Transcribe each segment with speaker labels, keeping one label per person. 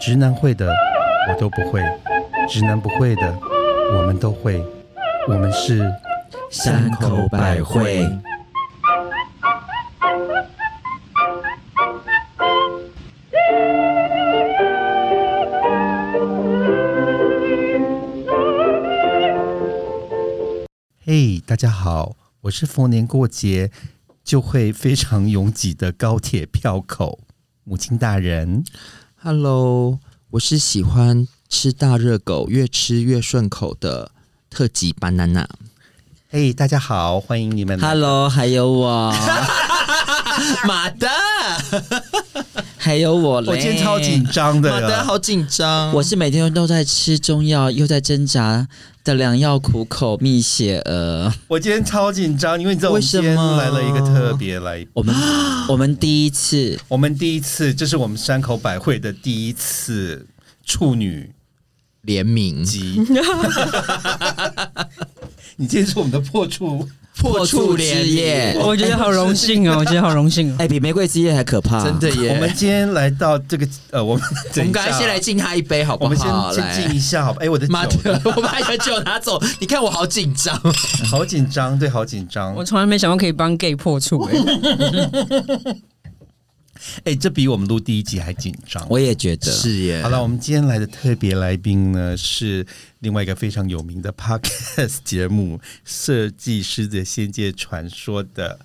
Speaker 1: 直男会的我都不会，直男不会的我们都会，我们是
Speaker 2: 山口百惠。
Speaker 1: 嘿大家好，我是逢年过节就会非常拥挤的高铁票口母亲大人。
Speaker 2: Hello，我是喜欢吃大热狗，越吃越顺口的特级 banana。
Speaker 1: 嘿、大家好，欢迎你们来。
Speaker 3: Hello，还有我，
Speaker 2: 马德，
Speaker 3: 还有我嘞。
Speaker 1: 我今天超紧，张的
Speaker 2: 马德好紧张。
Speaker 3: 我是每天都在吃中药，又在挣扎的良药苦口蜜雪
Speaker 2: 呃
Speaker 3: 儿。
Speaker 1: 我今天超紧张，因为你知道我
Speaker 2: 为
Speaker 1: 们
Speaker 2: 什
Speaker 1: 今
Speaker 2: 么
Speaker 1: 天来了一个特别来宾，
Speaker 3: 我们 我们第一次
Speaker 1: 我们第一次，这是我们山口百惠的第一次处女
Speaker 2: 联名
Speaker 1: 集。 你今天是我们的破处，
Speaker 2: 破
Speaker 3: 处之夜，
Speaker 4: 我觉得好荣幸 哦，我觉得好荣幸哦。
Speaker 3: 哎、比玫瑰之夜还可怕，
Speaker 2: 真的。耶！
Speaker 1: 我们今天来到这个呃，我们
Speaker 2: 我
Speaker 1: 等一
Speaker 2: 们
Speaker 1: 下
Speaker 2: 刚才先来敬他一杯，好
Speaker 1: 我
Speaker 2: 不
Speaker 1: 们先
Speaker 2: 好？
Speaker 1: 先
Speaker 2: 来
Speaker 1: 静一下，好吧？哎，我的酒
Speaker 2: 马德，我把你的酒 拿走。你看我好紧张，
Speaker 1: 好紧张，对，好紧张
Speaker 4: 我。从来没想过可以帮 gay 破处、哎
Speaker 1: 哎，这比我们录第一集还紧张。
Speaker 3: 我也觉得
Speaker 2: 耶
Speaker 1: 好了，我们今天来的特别来宾呢是另外一个非常有名的 podcast 节目《设计师的仙界传说》的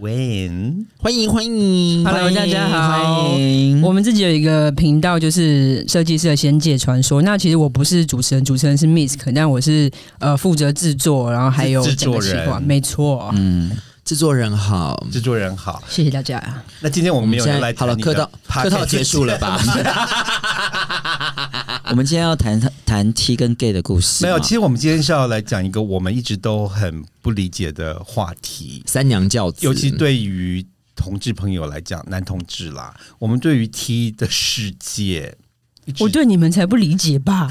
Speaker 1: Wayne。
Speaker 2: 欢迎欢迎
Speaker 4: Hello，大家好
Speaker 3: 欢迎。
Speaker 4: 我们自己有一个频道，就是设计师的仙界传说。那其实我不是主持人，主持人是 Misk，但我是呃负责制作，然后还有
Speaker 1: 制制作
Speaker 4: 整个企划
Speaker 1: 人
Speaker 4: 没错，
Speaker 3: 嗯，
Speaker 2: 制作人好，
Speaker 1: 制作人好，
Speaker 4: 谢谢大家。
Speaker 1: 那今天我
Speaker 3: 我
Speaker 1: 们没有人来
Speaker 3: 好了，
Speaker 1: 磕
Speaker 3: 客套客套结束了？ 吧？ 我们今天要谈谈 T 跟 gay 的故事
Speaker 1: 没
Speaker 3: 吗，
Speaker 1: 有，其实我们今天是要来讲一个我们一直都很不理解的话题，
Speaker 2: 三娘教子，
Speaker 1: 尤其对于同志朋友来讲，男同志啦，我们对于 T 的世界，一直
Speaker 4: 我对你们才不理解吧？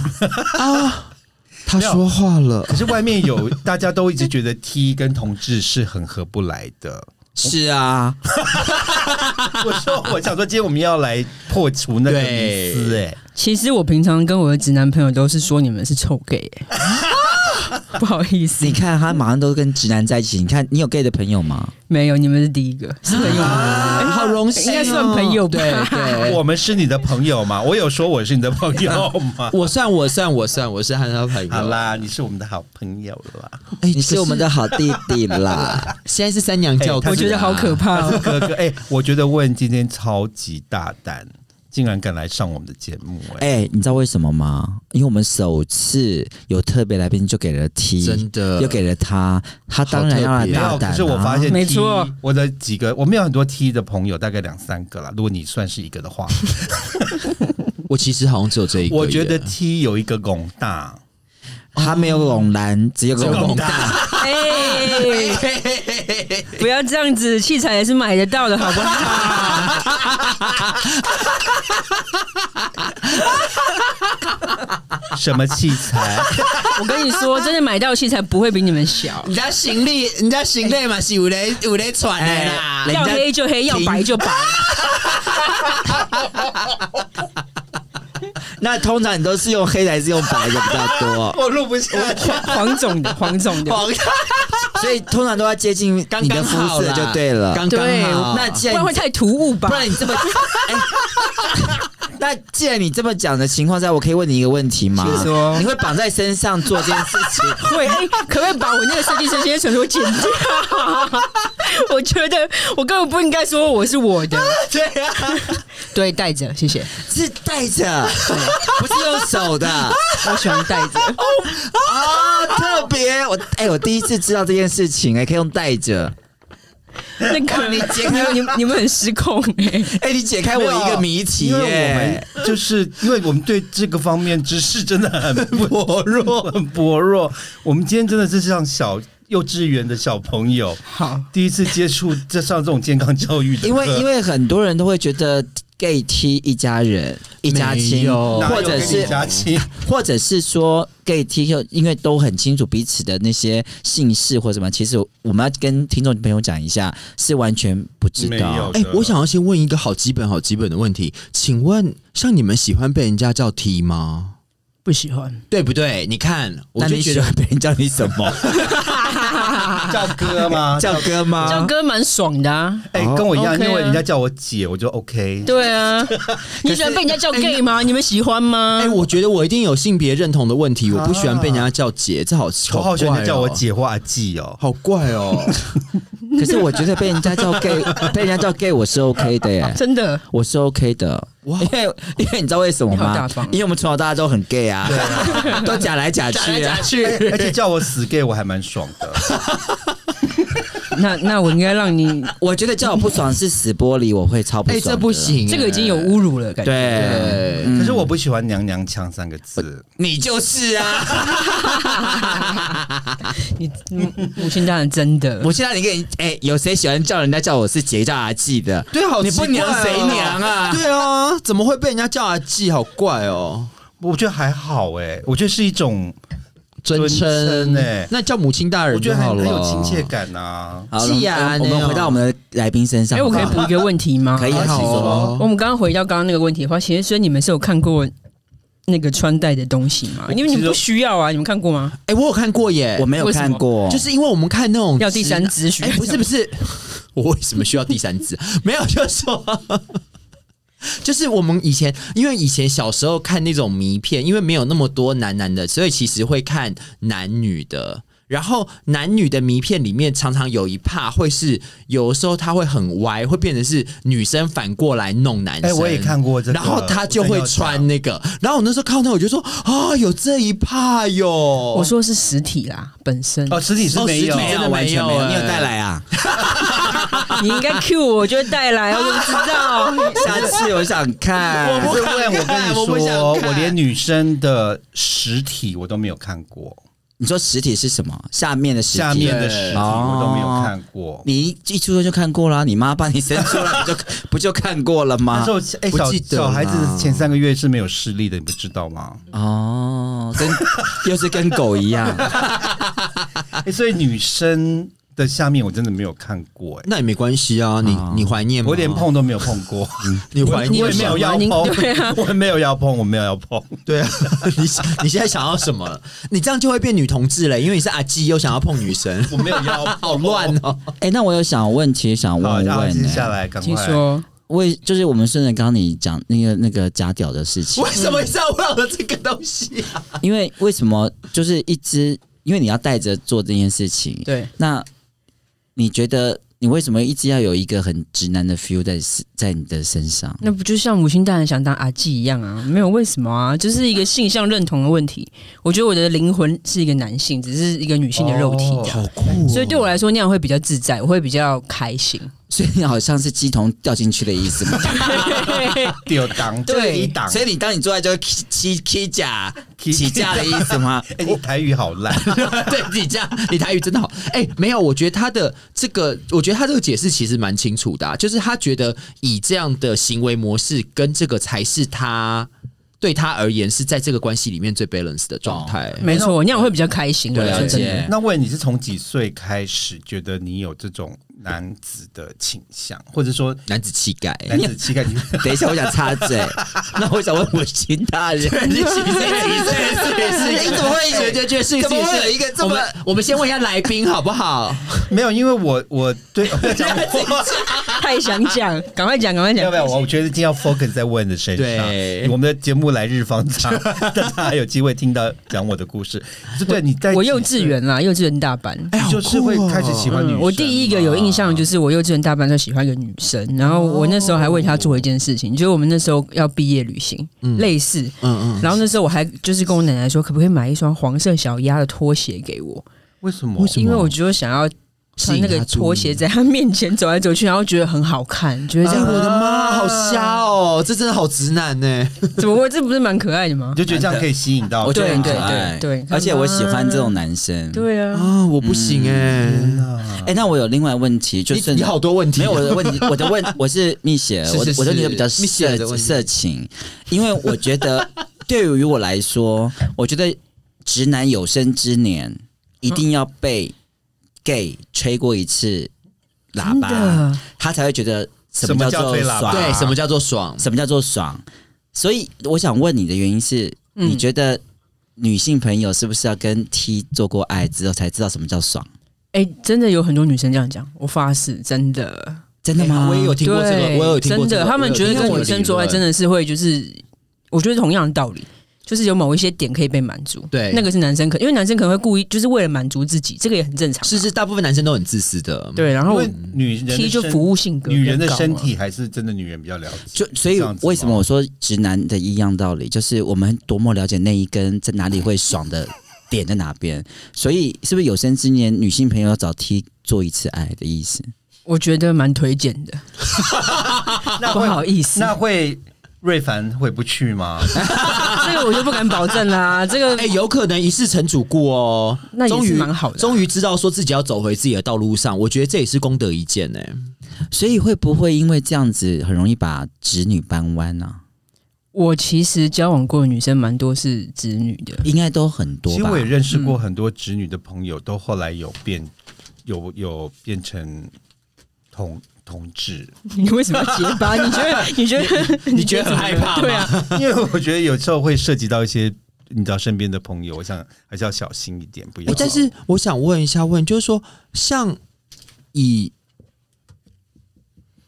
Speaker 2: 他说话了，
Speaker 1: 可是外面有大家都一直觉得 T 跟同志是很合不来的。
Speaker 2: 是啊，
Speaker 1: 我说，我想说，今天我们要来破除那个迷思、
Speaker 2: 对
Speaker 1: 哎，
Speaker 4: 其实我平常跟我的直男朋友都是说你们是臭 gay，、哎 不好意思
Speaker 3: 你，看他马上都跟直男在一起，你看你有 gay 的朋友吗？
Speaker 4: 没有，你们是第一个，是朋友哎吗？
Speaker 2: 好荣幸哦，
Speaker 1: 哎
Speaker 4: 应该算朋友吧
Speaker 2: 对 对，？
Speaker 1: 我们是你的朋友吗？我有说我是你的朋友吗
Speaker 2: 我算我算我算我是汉超朋友。
Speaker 1: 好，啦，你是我们的好朋友啦。
Speaker 2: 哎，
Speaker 3: 你是我们的好弟弟啦。
Speaker 2: 可是现在是三娘
Speaker 1: 哎
Speaker 2: 教子啊，
Speaker 4: 我觉得好可怕、
Speaker 1: 他
Speaker 4: 哦
Speaker 1: 是。哥哥，哎、我觉得问今天超级大胆，竟然敢来上我们的节目、哎、
Speaker 3: 哎、你知道为什么吗？因为我们首次有特别来宾，就给了 T，
Speaker 2: 真的
Speaker 3: 又给了他，他当然要
Speaker 2: 好特
Speaker 3: 来
Speaker 2: 别
Speaker 1: 没
Speaker 3: 大
Speaker 1: 有，
Speaker 3: 胆、
Speaker 1: 可
Speaker 3: 啊。
Speaker 1: 是我发现 T,
Speaker 4: 没错，
Speaker 1: 我的几个我们有很多 T 的朋友，大概两三个啦。如果你算是一个的话，
Speaker 2: 我其实好像只有这一个耶，
Speaker 1: 我觉得 T 有一个拱大，
Speaker 3: 他没有拱蓝，只有
Speaker 2: 只有
Speaker 3: 拱
Speaker 2: 拱
Speaker 3: 大。
Speaker 2: 大，
Speaker 4: 哎、不要这样子，器材也是买得到的，好不好？
Speaker 1: 什么器 材？
Speaker 4: 我跟你说，真的买到器材不会比你们小。
Speaker 2: 人家行李，人家行李嘛是五雷五雷传的啦，
Speaker 3: 哎
Speaker 2: 人
Speaker 4: 要
Speaker 2: 家
Speaker 4: 黑就黑，要白就白。
Speaker 3: 那通常你都是用黑的还是用白的比较 多？
Speaker 1: 我录不下去。
Speaker 4: 黄黄总的，黄总的，
Speaker 2: 黄
Speaker 3: 所以通常都要接近
Speaker 2: 刚
Speaker 3: 你的
Speaker 2: 刚
Speaker 3: 肤
Speaker 2: 好
Speaker 3: 色
Speaker 2: 啦
Speaker 3: 就对了。
Speaker 2: 刚刚
Speaker 4: 对
Speaker 2: 好。
Speaker 3: 那
Speaker 4: 不
Speaker 3: 既然
Speaker 4: 然
Speaker 3: 你
Speaker 4: 会太突兀吧
Speaker 3: 不？然你这么， 哎那既然你这么讲的情况下，我可以问你一个问题吗？
Speaker 1: 请说
Speaker 3: 你会绑在身上做这件事情？
Speaker 4: 会、哎可不可以把我那个设计师先生存我剪掉？ 我觉得我根本不应该说我是我的。
Speaker 2: 对啊，
Speaker 4: 对，带着，谢谢。
Speaker 3: 是戴着，不是用手的啊、
Speaker 4: 我喜欢带着，
Speaker 3: 特别我哎、我第一次知道这件事情哎、可以用戴着。
Speaker 4: 那个
Speaker 3: 你
Speaker 4: 你
Speaker 3: 剪
Speaker 4: 们你们你们很失控哎、
Speaker 3: 哎、你解开我一个谜题
Speaker 1: 因
Speaker 3: 耶、
Speaker 1: 为我们就是因为我们对这个方面知识真的很薄 弱，很薄弱。我们今天真的是像小幼稚园的小朋友，
Speaker 4: 好，
Speaker 1: 第一次接触这上这种健康教育的课，
Speaker 3: 因为因为很多人都会觉得 gay 踢一家人一家
Speaker 2: 没
Speaker 3: 亲，
Speaker 2: 有
Speaker 1: 哪有
Speaker 3: 或者
Speaker 1: 跟
Speaker 3: 是
Speaker 1: 李佳琦
Speaker 3: 或者是说 gay T，因为都很清楚彼此的那些姓氏或什么，其实我们要跟听众朋友讲一下，是完全不知
Speaker 1: 没有
Speaker 3: 道。
Speaker 1: 的
Speaker 2: 哎、我想要先问一个好基本、好基本的问题，请问像你们喜欢被人家叫 T 吗？
Speaker 4: 不喜欢。
Speaker 2: 对不对？你看，我
Speaker 3: 那
Speaker 2: 就
Speaker 3: 你
Speaker 2: 觉
Speaker 3: 喜
Speaker 2: 得
Speaker 3: 欢别人叫你什么？
Speaker 1: 叫哥吗？
Speaker 3: 叫哥吗？
Speaker 4: 叫哥蛮爽的啊，
Speaker 1: 哎、
Speaker 2: 哦
Speaker 1: 跟我一样，
Speaker 4: OK 啊
Speaker 1: 因为人家叫我姐，我就 OK。
Speaker 4: 对啊。你喜欢被人家叫 gay 吗？你们喜欢吗
Speaker 2: 哎、？我觉得我一定有性别认同的问题，我不喜欢被人家叫姐，这啊好
Speaker 1: 我
Speaker 2: 丑、
Speaker 1: 好喜欢人家叫我
Speaker 2: 哦，
Speaker 1: 姐或阿季哦。
Speaker 2: 好怪哦。
Speaker 3: 可是我觉得被人家叫 gay，被 人家叫 gay 我是 OK 的耶，
Speaker 4: 真的，
Speaker 3: 我是 OK 的。
Speaker 2: 哇
Speaker 3: 因为因为你知道为什么
Speaker 4: 你好大
Speaker 3: 吗
Speaker 4: 方？
Speaker 3: 因为我们从小到大都很 gay 啊， 都假来假去啊。
Speaker 1: 哎而且叫我死 gay 我还蛮爽 的，
Speaker 4: 那那我应该让你
Speaker 3: 我觉得叫我不爽是死玻璃，我会超 不
Speaker 2: 哎、
Speaker 3: 爽。
Speaker 2: 这不。行、
Speaker 4: 这个已经有侮辱了，感觉。
Speaker 3: 对，
Speaker 2: 对，
Speaker 1: 可是我不喜欢“娘娘腔”三个字。
Speaker 3: 你就是啊！
Speaker 4: 你你母亲大人真的
Speaker 3: 我现在你跟你哎、有谁喜欢叫人家叫我是谁叫阿纪的？
Speaker 2: 对，好
Speaker 3: 你不
Speaker 2: 奇怪
Speaker 3: 娘
Speaker 2: 哦
Speaker 3: 谁娘啊
Speaker 2: 对啊，怎么会被人家叫阿纪？好怪哦，
Speaker 1: 我觉得还好哎、我觉得是一种，
Speaker 2: 尊
Speaker 1: 尊
Speaker 2: 称
Speaker 1: 称哎
Speaker 2: 那叫母亲大
Speaker 1: 我
Speaker 2: 人
Speaker 1: 觉
Speaker 2: 就
Speaker 1: 得很
Speaker 2: 好了，
Speaker 1: 很有亲切感啊。
Speaker 3: 好
Speaker 2: 纪啊
Speaker 3: 我
Speaker 2: 那
Speaker 3: 们我们
Speaker 2: 样
Speaker 3: 回到我们的来宾身上。
Speaker 4: 哎，我可以
Speaker 3: 好不
Speaker 4: 补
Speaker 3: 好
Speaker 4: 一个问题吗？
Speaker 3: 可以
Speaker 2: 好
Speaker 3: 好
Speaker 2: 哦
Speaker 3: 哦。
Speaker 4: 我们刚刚回到刚刚那个问题的话，其实所以你们是有看过那个穿戴的东西吗？因为你们不需要啊，你们看过吗？
Speaker 2: 哎、我有看过耶，
Speaker 3: 我没有
Speaker 4: 为什么
Speaker 3: 看过，
Speaker 2: 就是因为我们看那种
Speaker 4: 要第三
Speaker 2: 直
Speaker 4: 只需
Speaker 2: 哎、
Speaker 4: 要
Speaker 2: 不 是不是，我为什么需要第三只？ 没有，就是说。 就是我们以前，因为以前小时候看那种迷片，因为没有那么多男男的，所以其实会看男女的。然后男女的迷片里面，常常有一趴会是，有的时候他会很歪，会变成是女生反过来弄男生。
Speaker 1: 哎我也看过这个
Speaker 2: 然后他就会穿那个。然后我那时候看到那，我就说啊，有这一趴哟。
Speaker 4: 我说是实体啦，本身
Speaker 1: 哦，实体是没有，
Speaker 2: 哦哦实体没有
Speaker 3: 真的完全没
Speaker 2: 没有
Speaker 3: 有。你有
Speaker 2: 哎
Speaker 3: 带来啊？
Speaker 4: 你应该 cue 我，我就会带来，我 怎么知道？
Speaker 3: 下次我想看。
Speaker 1: 可是问我跟
Speaker 2: 看
Speaker 1: 你
Speaker 2: 我不想
Speaker 1: 说，
Speaker 2: 看
Speaker 1: 我连女生的实体我都没有看过，
Speaker 3: 你说实体是什么？下面的实体。
Speaker 1: 下面的实体我都没有看
Speaker 2: 哦
Speaker 1: 过。
Speaker 3: 你一出生就看过啦，你妈把你生出来不就 不就看过了
Speaker 1: 那
Speaker 3: 吗
Speaker 1: 时？候，哎、
Speaker 2: 不
Speaker 1: 小
Speaker 2: 记得啦
Speaker 1: 小孩子前三个月是没有视力的，你不知道吗？
Speaker 3: 哦，跟又是跟狗一样，
Speaker 1: 哎、所以女生的下面我真的没有看过、哎，
Speaker 2: 那也没关系啊，你你怀念吗？
Speaker 1: 我连碰都没有碰过。
Speaker 2: 哦你
Speaker 1: 我
Speaker 2: 怀念
Speaker 1: 我也没
Speaker 2: 吗
Speaker 1: 有要碰， 我也没有要碰，我没有要碰。
Speaker 2: 对啊， 你你现在想要什么了？你这样就会变女同志嘞，因为你是阿基又想要碰女生，
Speaker 1: 我没有要碰，好
Speaker 2: 好乱
Speaker 1: 哦！
Speaker 2: 哦。
Speaker 3: 哎、那我有想问，其实想
Speaker 1: 好，
Speaker 3: 问
Speaker 1: 然后
Speaker 3: 问、
Speaker 1: 接
Speaker 3: 欸
Speaker 1: 下，来赶
Speaker 4: 请
Speaker 1: 快
Speaker 4: 说，
Speaker 3: 为就是我们顺着刚刚你讲那个那个假屌的事情
Speaker 2: 为，什么一直要问我这个东西啊？
Speaker 3: 因为为什么就是一直，因为你要带着做这件事情，
Speaker 4: 对，
Speaker 3: 那你觉得你为什么一直要有一个很直男的 feel 在在你的身上？
Speaker 4: 那不就像母亲大人想当阿纪一样啊？没有为什么啊，就是一个性向认同的问题。我觉得我的灵魂是一个男性，只是一个女性的肉体这样，
Speaker 2: 酷、哦
Speaker 4: 所以对我来说那样会比较自在，我会比较开 心。
Speaker 3: 所以你好像是鸡童掉进去的意思吗？
Speaker 1: 丢档，这一档，
Speaker 3: 所以你当你坐在就会起起起架
Speaker 1: 起
Speaker 3: 起架的意思吗？
Speaker 1: 哎，你台语好烂，
Speaker 2: 对你这样，你台语真的好。哎、没有，我觉得他的这个，我觉得他这个解释其实蛮清楚的啊、就是他觉得以这样的行为模式跟这个才是他对他而言是在这个关系里面最 balance 的状态。
Speaker 1: 哦
Speaker 4: 没错，那样我会比较开心。
Speaker 2: 对啊
Speaker 4: 我
Speaker 3: 了
Speaker 4: 说真的
Speaker 3: 解。
Speaker 1: 那问你是从几岁开始觉得你有这种男子的倾向，或者说
Speaker 2: 男子气概，
Speaker 1: 男子气概？你
Speaker 3: 等一下，我想插嘴。那我想问母亲大人，
Speaker 2: 你几岁？几岁？是
Speaker 3: 你怎么会
Speaker 2: 觉得觉得是？
Speaker 3: 怎么会
Speaker 2: 是
Speaker 3: 有一个这
Speaker 2: 我
Speaker 3: 么
Speaker 2: 们我们先问一下来宾好不好？
Speaker 1: 没有，因为我我对我讲我。
Speaker 4: 太想 讲，赶快讲，赶快讲。
Speaker 1: 要不要？我觉得今天要 focus 在问的身
Speaker 2: 对
Speaker 1: 上。我们的节目来日方 长，大家还有机会听到讲我的故事。是对你在
Speaker 4: 我
Speaker 1: 几岁
Speaker 4: 幼稚，园啦，幼稚园大班。
Speaker 2: 哎好
Speaker 1: 你就是会
Speaker 2: 酷哦
Speaker 1: 开始喜欢女生嘛。
Speaker 4: 嗯，我第一个有印象就是我幼稚园大班的时候喜欢一个女生，然后我那时候还为她做一件事情，就是我们那时候要毕业旅行，类似，
Speaker 2: 嗯嗯，
Speaker 4: 然后那时候我还就是跟我奶奶说，可不可以买一双黄色小鸭的拖鞋给我，
Speaker 1: 为什么？
Speaker 4: 因为我就想要穿那
Speaker 2: 吸引
Speaker 4: 个
Speaker 2: 他注意
Speaker 4: 拖鞋在他面前走来走去，然后觉得很好看，觉得
Speaker 2: 哎
Speaker 4: 这样、
Speaker 2: 我的妈，好瞎哦！这真的好直男呢、
Speaker 4: 怎么会？这不是蛮可爱的吗
Speaker 1: 你？就觉得这样可以吸引到
Speaker 3: 我觉得很可
Speaker 4: 对
Speaker 3: 爱，
Speaker 4: 对对
Speaker 3: 而且我喜欢这种男生。，
Speaker 4: 对啊，
Speaker 2: 啊，我不行哎、
Speaker 3: 哎，那我有另外问题，就
Speaker 2: 你
Speaker 3: 是
Speaker 2: 你好多问题、啊
Speaker 3: 没有我的问题，我的问我是蜜雪 儿，
Speaker 2: 是
Speaker 3: 我
Speaker 2: 是
Speaker 3: 我对你
Speaker 2: 是
Speaker 3: 的比较
Speaker 2: 蜜雪儿的
Speaker 3: 色
Speaker 2: 问题
Speaker 3: 色情，因为我觉得对于我来说，我觉得直男有生之年一定要被 gay 吹过一次喇
Speaker 4: 真
Speaker 3: 叭，
Speaker 4: 的，
Speaker 3: 他才会觉得什
Speaker 1: 什么叫
Speaker 3: 么叫做
Speaker 1: 吹喇叭
Speaker 3: 爽，
Speaker 2: 对什么叫做爽？
Speaker 3: 什么叫做爽？所以我想问你的原因是，
Speaker 4: 嗯
Speaker 3: 你觉得女性朋友是不是要跟 T 做过爱之后才知道什么叫爽？
Speaker 4: 哎、真的有很多女生这样讲，我发誓，真的。
Speaker 3: 真的吗？
Speaker 2: 哎我也有听过这个，
Speaker 4: 对
Speaker 2: 我有听过、这
Speaker 4: 真
Speaker 2: 个
Speaker 4: 的，他们觉得跟女生做爱真
Speaker 2: 的
Speaker 4: 的是会就是，我觉得同样的道理，就是有某一些点可以被满足。
Speaker 2: 对
Speaker 4: 那个是男生可，因为男生可能会故意就是为了满足自己，这个也很正常。啊
Speaker 2: 是是，大部分男生都很自私的。
Speaker 4: 对，然
Speaker 1: 因
Speaker 4: 后
Speaker 1: 为女人的
Speaker 4: T 就
Speaker 1: 身
Speaker 4: 服务性格比较高啊，
Speaker 1: 女人的身体还是真的女人比较了解，
Speaker 3: 就所以
Speaker 1: 这样子吗
Speaker 3: 为什么我说直男的一样道理，就是我们多么了解那一根在哪里会爽的点在哪边，所以是不是有生之年女性朋友要找 T 做一次爱的意思？
Speaker 4: 我觉得蛮推荐 的，
Speaker 1: 那
Speaker 4: 不
Speaker 1: 会
Speaker 4: 好意思，
Speaker 1: 那会瑞凡回不去吗？
Speaker 4: 这个我就不敢保证啦。这个
Speaker 2: 哎、有可能一世成主顾哦。
Speaker 4: 那也
Speaker 2: 终
Speaker 4: 是
Speaker 2: 于
Speaker 4: 蛮好的啊
Speaker 2: 终于知道说自己要走回自己的道路上，我觉得这也是功德一件欸呢、
Speaker 3: 所以会不会因为这样子很容易把直女扳弯呢、啊
Speaker 4: 我其实交往过的女生蛮多是直女的，
Speaker 3: 应该都很多
Speaker 1: 其实
Speaker 3: 吧
Speaker 1: 我？也认识过很多直女的朋友，都后来有变，有有变成同同志，
Speaker 4: 你为什么要结 巴？你觉得你觉得
Speaker 2: 你觉得很害怕吗
Speaker 4: 对啊，
Speaker 1: 因为我觉得有时候会涉及到一些你知道身边的朋友，我想还是要小心一点，不要
Speaker 2: 哎。但是我想问一下问，就是说，像以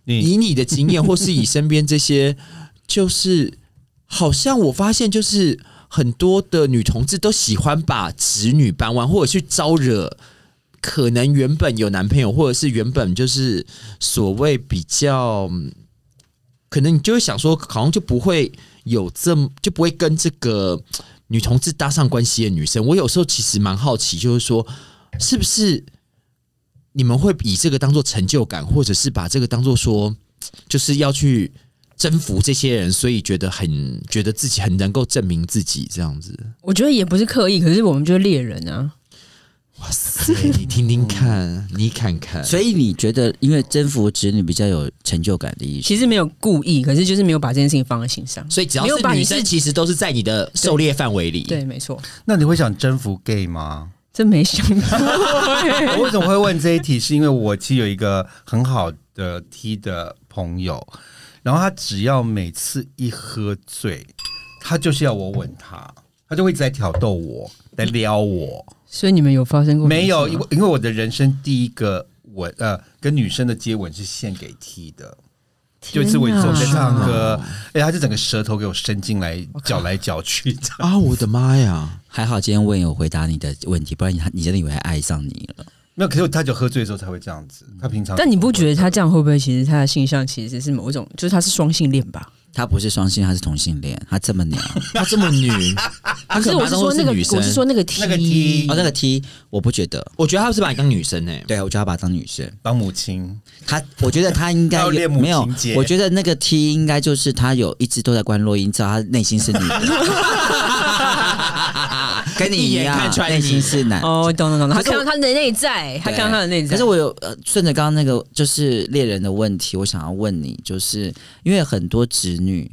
Speaker 1: 你嗯
Speaker 2: 以你的经验，或是以身边这些，就是好像我发现，就是很多的女同志都喜欢把直女扳弯，或者去招惹可能原本有男朋友，或者是原本就是所谓比较，嗯可能你就会想说，好像就不会有这么就不会跟这个女同志搭上关系的女生。我有时候其实蛮好奇，就是说是不是？你们会以这个当做成就感，或者是把这个当做说，就是要去征服这些人，所以觉得很觉得自己很能够证明自己这样子。
Speaker 4: 我觉得也不是刻意，可是我们就是猎人啊。
Speaker 2: 哇塞，你听听看，你看看，
Speaker 3: 所以你觉得因为征服直女比较有成就感的意思？
Speaker 4: 其实没有故意，可是就是没有把这件事情放在心上。
Speaker 2: 所以只要
Speaker 4: 没有把
Speaker 2: 是
Speaker 4: 你
Speaker 2: 女生，
Speaker 4: 自己
Speaker 2: 其实都是在你的狩猎范围里。
Speaker 4: 对，没错，
Speaker 1: 那你会想征服 gay 吗？
Speaker 4: 真没想到、
Speaker 1: 我为什么会问这一题？是因为我其实有一个很好的 T 的朋友，然后他只要每次一喝醉，他就是要我吻他，他就会一直在挑逗我，在撩我。
Speaker 4: 所以你们有发生过
Speaker 1: 没有，因
Speaker 4: 因
Speaker 1: 为
Speaker 4: 为
Speaker 1: 因为我的人生第一个吻，呃，跟女生的接吻是献给 T 的。就一次我一次我在唱歌，哎，他就整个舌头给我伸进来，搅来搅去，这样
Speaker 2: 啊，我的妈呀！
Speaker 3: 还好今天问有回答你的问题，不然你你真的以为他爱上你了。
Speaker 1: 没有。可是他酒喝醉的时候才会这样子，他平常
Speaker 4: 但你不觉得他这样会不会其实他的性向其实是某一种，就是他是双性恋吧？
Speaker 3: 他不是双性，他是同性恋，他这么娘。
Speaker 2: 她这么女，她可
Speaker 4: 可是
Speaker 2: 能
Speaker 4: 我
Speaker 2: 把
Speaker 4: 是
Speaker 2: 她当
Speaker 4: 说
Speaker 2: 作
Speaker 4: 那个，
Speaker 2: 女生
Speaker 4: 我是说，那个 T，
Speaker 1: 那个 T
Speaker 3: 哦，那个 T 我不觉得，
Speaker 2: 我觉得她是把你当女生呢、
Speaker 3: 对啊我觉得他把他当女生。
Speaker 1: 当母亲，
Speaker 3: 他，我觉得他应该
Speaker 1: 要
Speaker 3: 有
Speaker 1: 恋母
Speaker 3: 没有
Speaker 1: 情节？
Speaker 3: 我觉得那个 T 应该就是他有一直都在关落音，知道他内心是女的，跟你
Speaker 2: 一眼
Speaker 3: 样
Speaker 2: 看，穿
Speaker 3: 内
Speaker 2: 你
Speaker 3: 心是男。
Speaker 4: 哦，懂懂懂，他
Speaker 3: 可是
Speaker 4: 看
Speaker 3: 我
Speaker 4: 到他的内在，他
Speaker 3: 对
Speaker 4: 看到他的内在。
Speaker 3: 可是我有呃，顺着刚刚那个就是猎人的问题，我想要问你，就是因为很多直女，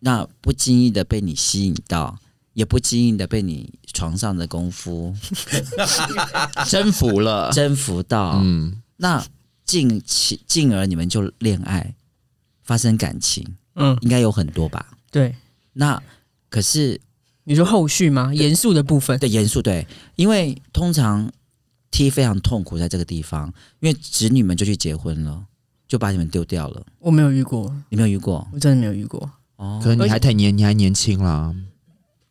Speaker 3: 那不经意的被你吸引到，也不经意的被你床上的功夫
Speaker 2: 征服了。
Speaker 3: 征服到，
Speaker 2: 嗯，
Speaker 3: 那进其进而你们就恋爱，发生感情，
Speaker 4: 嗯，
Speaker 3: 应该有很多吧？
Speaker 4: 对，
Speaker 3: 那可是
Speaker 4: 你说后续吗？严肃的部分，
Speaker 3: 对严肃对，因为通常 T 非常痛苦在这个地方，因为侄女们就去结婚了，就把你们丢掉了。
Speaker 4: 我没有遇过，
Speaker 3: 你没有遇过
Speaker 4: 我真的没有遇过。
Speaker 3: 哦？
Speaker 2: 可能你还太年，你还年轻啦。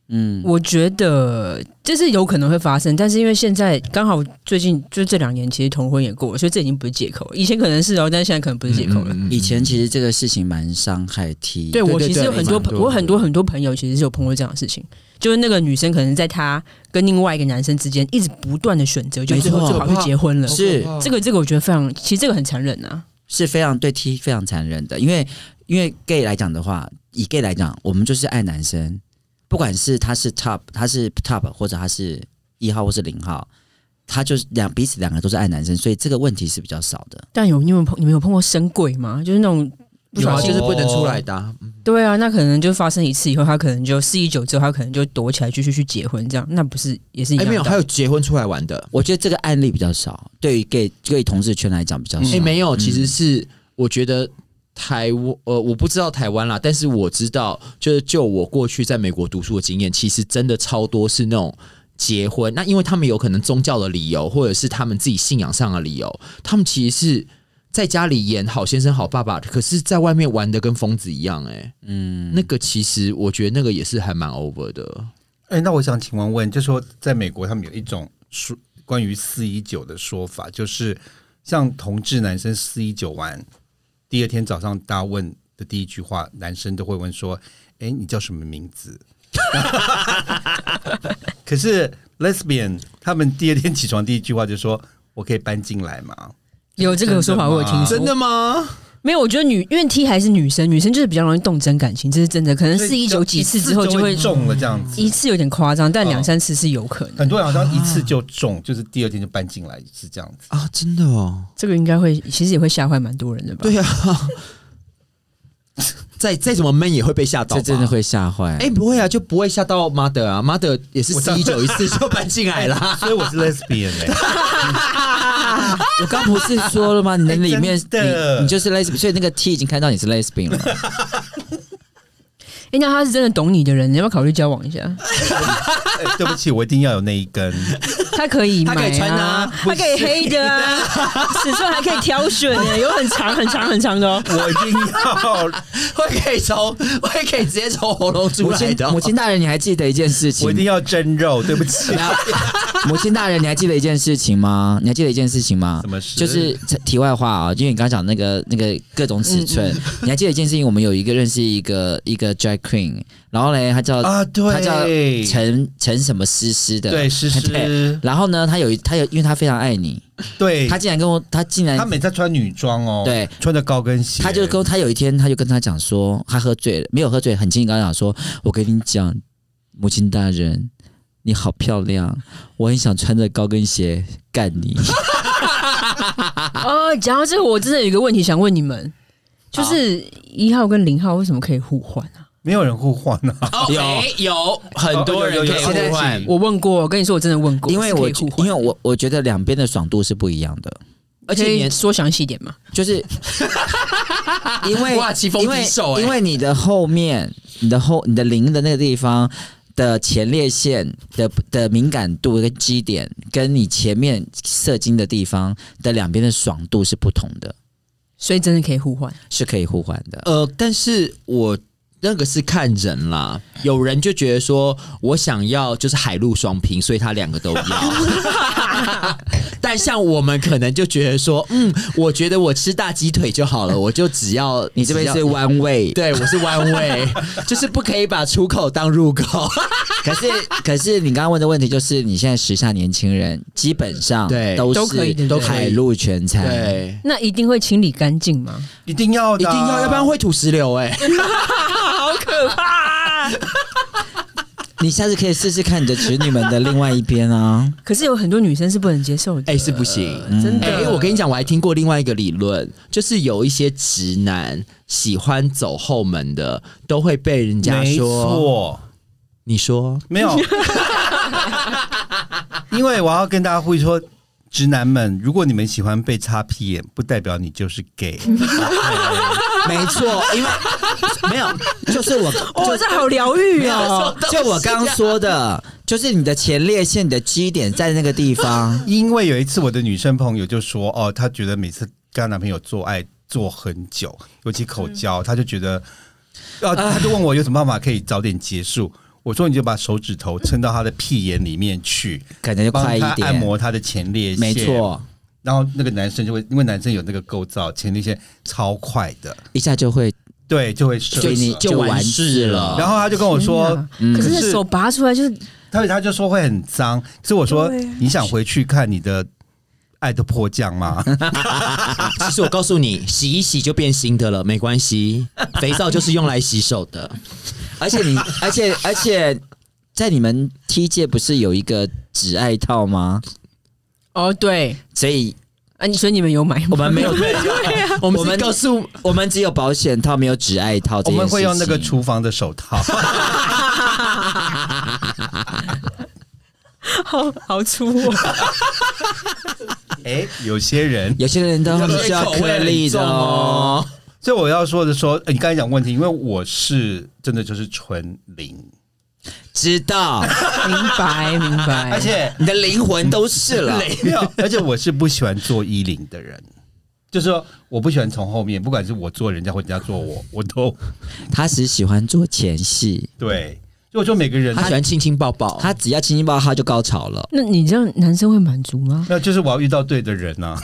Speaker 3: 嗯，
Speaker 4: 我觉得这是有可能会发生，但是因为现在刚好最近就这两年，其实同婚也过了，所以这已经不是借口了。以前可能是哦，但是现在可能不是借口了。
Speaker 2: 嗯嗯嗯
Speaker 3: 以前其实这个事情蛮伤害 T，
Speaker 4: 对我
Speaker 2: 对
Speaker 4: 其实
Speaker 2: 对
Speaker 4: 有很多
Speaker 2: 蛮
Speaker 4: 朋，
Speaker 2: 多
Speaker 4: 我
Speaker 2: 的
Speaker 4: 很多很多朋友其实是有碰过这样的事情，就是那个女生可能在她跟另外一个男生之间一直不断的选择，就
Speaker 3: 没
Speaker 4: 最后
Speaker 3: 错
Speaker 4: 就跑去结婚了。
Speaker 3: 是
Speaker 4: 这个这个我觉得非常，其实这个很残忍啊。
Speaker 3: 是非常对 T 非常残忍的，因为因为 gay 来讲的话，以 gay 来讲，我们就是爱男生，不管是他是 top，他是 top，或者他是一号或是零号，他就是两彼此两个都是爱男生，所以这个问题是比较少的。
Speaker 4: 但有你们有碰你们有碰过深柜吗？就是那种不
Speaker 2: 有
Speaker 4: 小
Speaker 2: 啊，
Speaker 4: 心
Speaker 2: 就是不能出来的啊、
Speaker 4: 对啊，那可能就发生一次以后，他可能就肆意久之后，他可能就躲起来继续去结婚，这样那不是也是一
Speaker 2: 哎、
Speaker 4: 样的？
Speaker 2: 没有，还有结婚出来玩的。
Speaker 3: 我觉得这个案例比较少，对于 gay 对于同志圈来讲比较
Speaker 1: 嗯
Speaker 2: 哎、
Speaker 3: 少。
Speaker 2: 没有，其实是我觉得台湾，呃，我不知道台湾啦，但是我知道，就是就我过去在美国读书的经验，其实真的超多是那种。结婚，那因为他们有可能宗教的理由，或者是他们自己信仰上的理由，他们其实是在家里演好先生、好爸爸，可是在外面玩的跟疯子一样、哎，嗯，那个其实我觉得那个也是还蛮 over 的。
Speaker 1: 哎、那我想请问问，就说在美国，他们有一种说关于四一九的说法，就是像同志男生四一九完，第二天早上大家问的第一句话，男生都会问说：“哎、你叫什么名字？” 可是 lesbian 他们第二天起床第一句话就说：“我可以搬进来吗
Speaker 4: 有这个说法，我有听
Speaker 1: 真
Speaker 4: 说。
Speaker 2: 真的吗？
Speaker 4: 没有，我觉得女因为 T 还是女生，女生就是比较容易动真感情，这是真的。可？”能
Speaker 1: 所以
Speaker 4: 四一九几次之后
Speaker 1: 就
Speaker 4: 就会
Speaker 1: 中了这样
Speaker 4: 一
Speaker 1: 子。
Speaker 4: 次啊有点夸张，但
Speaker 1: 哦
Speaker 4: 两三次是有可能。
Speaker 1: 很多人好像一次就中，就是第二天就搬进来，是这样子。
Speaker 2: 啊，真的哦。
Speaker 4: 这个应该会，其实也会吓坏蛮多人的吧？
Speaker 2: 对呀、啊，再再怎么闷也会被吓到，
Speaker 3: 这真的。会吓坏。
Speaker 2: 哎、不会啊，就不会吓到 mother 啊，mother 也是
Speaker 1: 我知
Speaker 2: 四
Speaker 1: 道
Speaker 2: 一九一次就搬进来啦。
Speaker 1: 所以我是 lesbian 哎、
Speaker 3: 我刚不是说了吗？你的里 面
Speaker 1: 哎，真的
Speaker 3: 你你就是 lesbian，所以那个 T 已经看到你是 lesbian 了。
Speaker 4: 哎，那他是真的懂你的人，你要不要考虑交往一下？
Speaker 1: 哎对不起，我一定要有那一 根。
Speaker 4: 他可以买、
Speaker 2: 他可以穿
Speaker 4: 啊
Speaker 2: 啊，
Speaker 4: 他可以黑的啊，尺寸还可以挑选呢、有很长、很长、很长的哦。
Speaker 1: 我一定要，
Speaker 2: 会可以从，会可以直接从喉咙出
Speaker 3: 母
Speaker 2: 来
Speaker 3: 亲
Speaker 2: 的哦、
Speaker 3: 母亲大人，你还记得一件事
Speaker 1: 我一定
Speaker 3: 情？
Speaker 1: 要真肉。对不起，
Speaker 3: 母亲大人，你还记得一件事情吗？你还记得一件事情吗？
Speaker 1: 什么事？
Speaker 3: 就是题外话啊、因为你刚刚讲那个那个各种尺寸，
Speaker 1: 嗯
Speaker 3: 你还记得一件事情？我们有一个认识一个一个 drag queen，然后嘞，她叫、
Speaker 1: 啊，对，
Speaker 3: 她叫陈陈什么诗诗的，
Speaker 1: 对诗
Speaker 3: 对
Speaker 1: 诗，
Speaker 3: 然后呢，她有一她有，因为她非常爱你，
Speaker 1: 对
Speaker 3: 她，竟然跟我，她竟然
Speaker 1: 他每次穿女装哦，
Speaker 3: 对，
Speaker 1: 穿着高跟鞋，
Speaker 3: 她就跟她有一天，她就跟她讲说，她喝醉了，没有喝醉，很轻易跟她讲说，我跟你讲，母亲大人，你好漂亮，我很想穿着高跟鞋干 你。
Speaker 4: 哦，讲到这个，我真的有一个问题想问你们，就是一号跟零号为什么可以互换啊？
Speaker 1: 没有人互换 啊。
Speaker 2: 有有很多人
Speaker 1: 有有有
Speaker 2: 可以
Speaker 1: 有
Speaker 2: 互换，
Speaker 4: 我问过，我跟你说，我真的问过，
Speaker 3: 因为
Speaker 4: 是
Speaker 3: 我
Speaker 4: 可以互换，
Speaker 3: 因为我我觉得两边的爽度是不一样的，而且
Speaker 4: 可以
Speaker 3: 你
Speaker 4: 说详细一点嘛。
Speaker 3: 就是 因为
Speaker 2: 哇棋逢
Speaker 3: 因为
Speaker 2: 敌手欸
Speaker 3: 因为你的后面，你的后你的零的那个地方。的前列腺的的敏感度跟基点，跟你前面射精的地方的两边的爽度是不同的，
Speaker 4: 所以真的可以互换，
Speaker 3: 是可以互换的。
Speaker 2: 呃，但是我那个是看人啦，有人就觉得说我想要就是海陆双拼，所以他两个都要。但像我们可能就觉得说，嗯，我觉得我吃大鸡腿就好
Speaker 3: 哦
Speaker 2: 了，我就只要
Speaker 3: 你这边
Speaker 2: 只
Speaker 3: 是
Speaker 2: 要
Speaker 3: one way，
Speaker 2: 对，我是弯位，就是不可以把出口当入口。
Speaker 3: 可是可是你刚刚问的问题就是，你现在时下年轻人基本上
Speaker 2: 对
Speaker 3: 都
Speaker 4: 都可以对
Speaker 3: 是
Speaker 4: 不对
Speaker 3: 海陆全餐，
Speaker 2: 对，
Speaker 4: 那一定会清理干净吗？
Speaker 1: 一定要
Speaker 2: 一
Speaker 1: 的
Speaker 2: 定
Speaker 1: 啊，
Speaker 2: 要，要不然会吐石榴哎、
Speaker 4: 好可怕、
Speaker 3: 你下次可以试试看你的侄女们的另外一边啊。
Speaker 4: 可是有很多女生是不能接受的，
Speaker 2: 哎、是不行。
Speaker 4: 真的。
Speaker 2: 哎、我跟你讲，我还听过另外一个理论，就是有一些直男喜欢走后门的，都会被人家
Speaker 1: 没
Speaker 2: 说。
Speaker 1: 错，
Speaker 2: 你说
Speaker 1: 没 有。因为我要跟大家呼吁说，直男们，如果你们喜欢被擦屁眼，不代表你就是 gay。。
Speaker 3: 没错，因为没有，就是我，
Speaker 4: 哦，这好疗愈
Speaker 3: 没
Speaker 4: 哦！
Speaker 3: 有，就我刚刚说的，就是你的前列腺的基点在那个地方
Speaker 1: 因为有一次我的女生朋友就说，哦，她觉得每次跟她男朋友做爱做很啊久，尤其口交，她就觉得，呃，她就问我有什么办法可以早点结束。我说你就把手指头撑到他的屁眼里面去，
Speaker 3: 可能就
Speaker 1: 帮
Speaker 3: 快一
Speaker 1: 他按
Speaker 3: 点，
Speaker 1: 摩他的前列腺，
Speaker 3: 没。错，
Speaker 1: 然后那个男生就会，因为男生有那个构造，前列腺超快的，
Speaker 3: 一下就会
Speaker 1: 对，就会射
Speaker 3: 就
Speaker 1: 了
Speaker 3: 你
Speaker 2: 就完事了
Speaker 1: 然后他就跟我
Speaker 4: 天
Speaker 1: 说
Speaker 4: 哪，嗯可是
Speaker 1: 可是
Speaker 4: 那手拔出来就是
Speaker 1: 他他就说会很脏，可是我说
Speaker 4: 对啊
Speaker 1: 你想回去看你的爱的迫降吗？
Speaker 2: 其实我告诉你，洗一洗就变新的了，没关系。肥皂就是用来洗手的，
Speaker 3: 而且你，而且而且，在你们 T 界不是有一个指爱套吗？
Speaker 4: 哦，对，
Speaker 3: 所以
Speaker 4: 啊，你说你们有买吗？
Speaker 3: 我们没有，
Speaker 2: 我
Speaker 3: 我
Speaker 2: 们
Speaker 3: 们
Speaker 2: 告诉
Speaker 3: 我们只有保险套，没有指爱套这
Speaker 1: 我
Speaker 3: 件事情。
Speaker 1: 们会用那个厨房的手套，
Speaker 4: 好好粗哦，
Speaker 1: 哎，有些人。
Speaker 3: 有些人都
Speaker 2: 你
Speaker 3: 需要颗粒的哦。
Speaker 2: 哦。
Speaker 1: 所以我要说的说，呃你刚才讲问题，因为我是真的就是纯零，
Speaker 3: 知道，
Speaker 4: 明白明白。
Speaker 1: 而且
Speaker 3: 你的灵魂都是了。
Speaker 1: 没有，而且我是不喜欢做衣领的人，就是说我不喜欢从后面，不管是我做人家或人家做我，我都
Speaker 3: 他只喜欢做前戏，
Speaker 1: 对。所以我说每个人
Speaker 2: 他，喜欢亲亲抱抱，
Speaker 3: 他只要亲亲抱他就高潮了。
Speaker 4: 那你这样男生会满足吗？
Speaker 1: 那就是我要遇到对的人啊。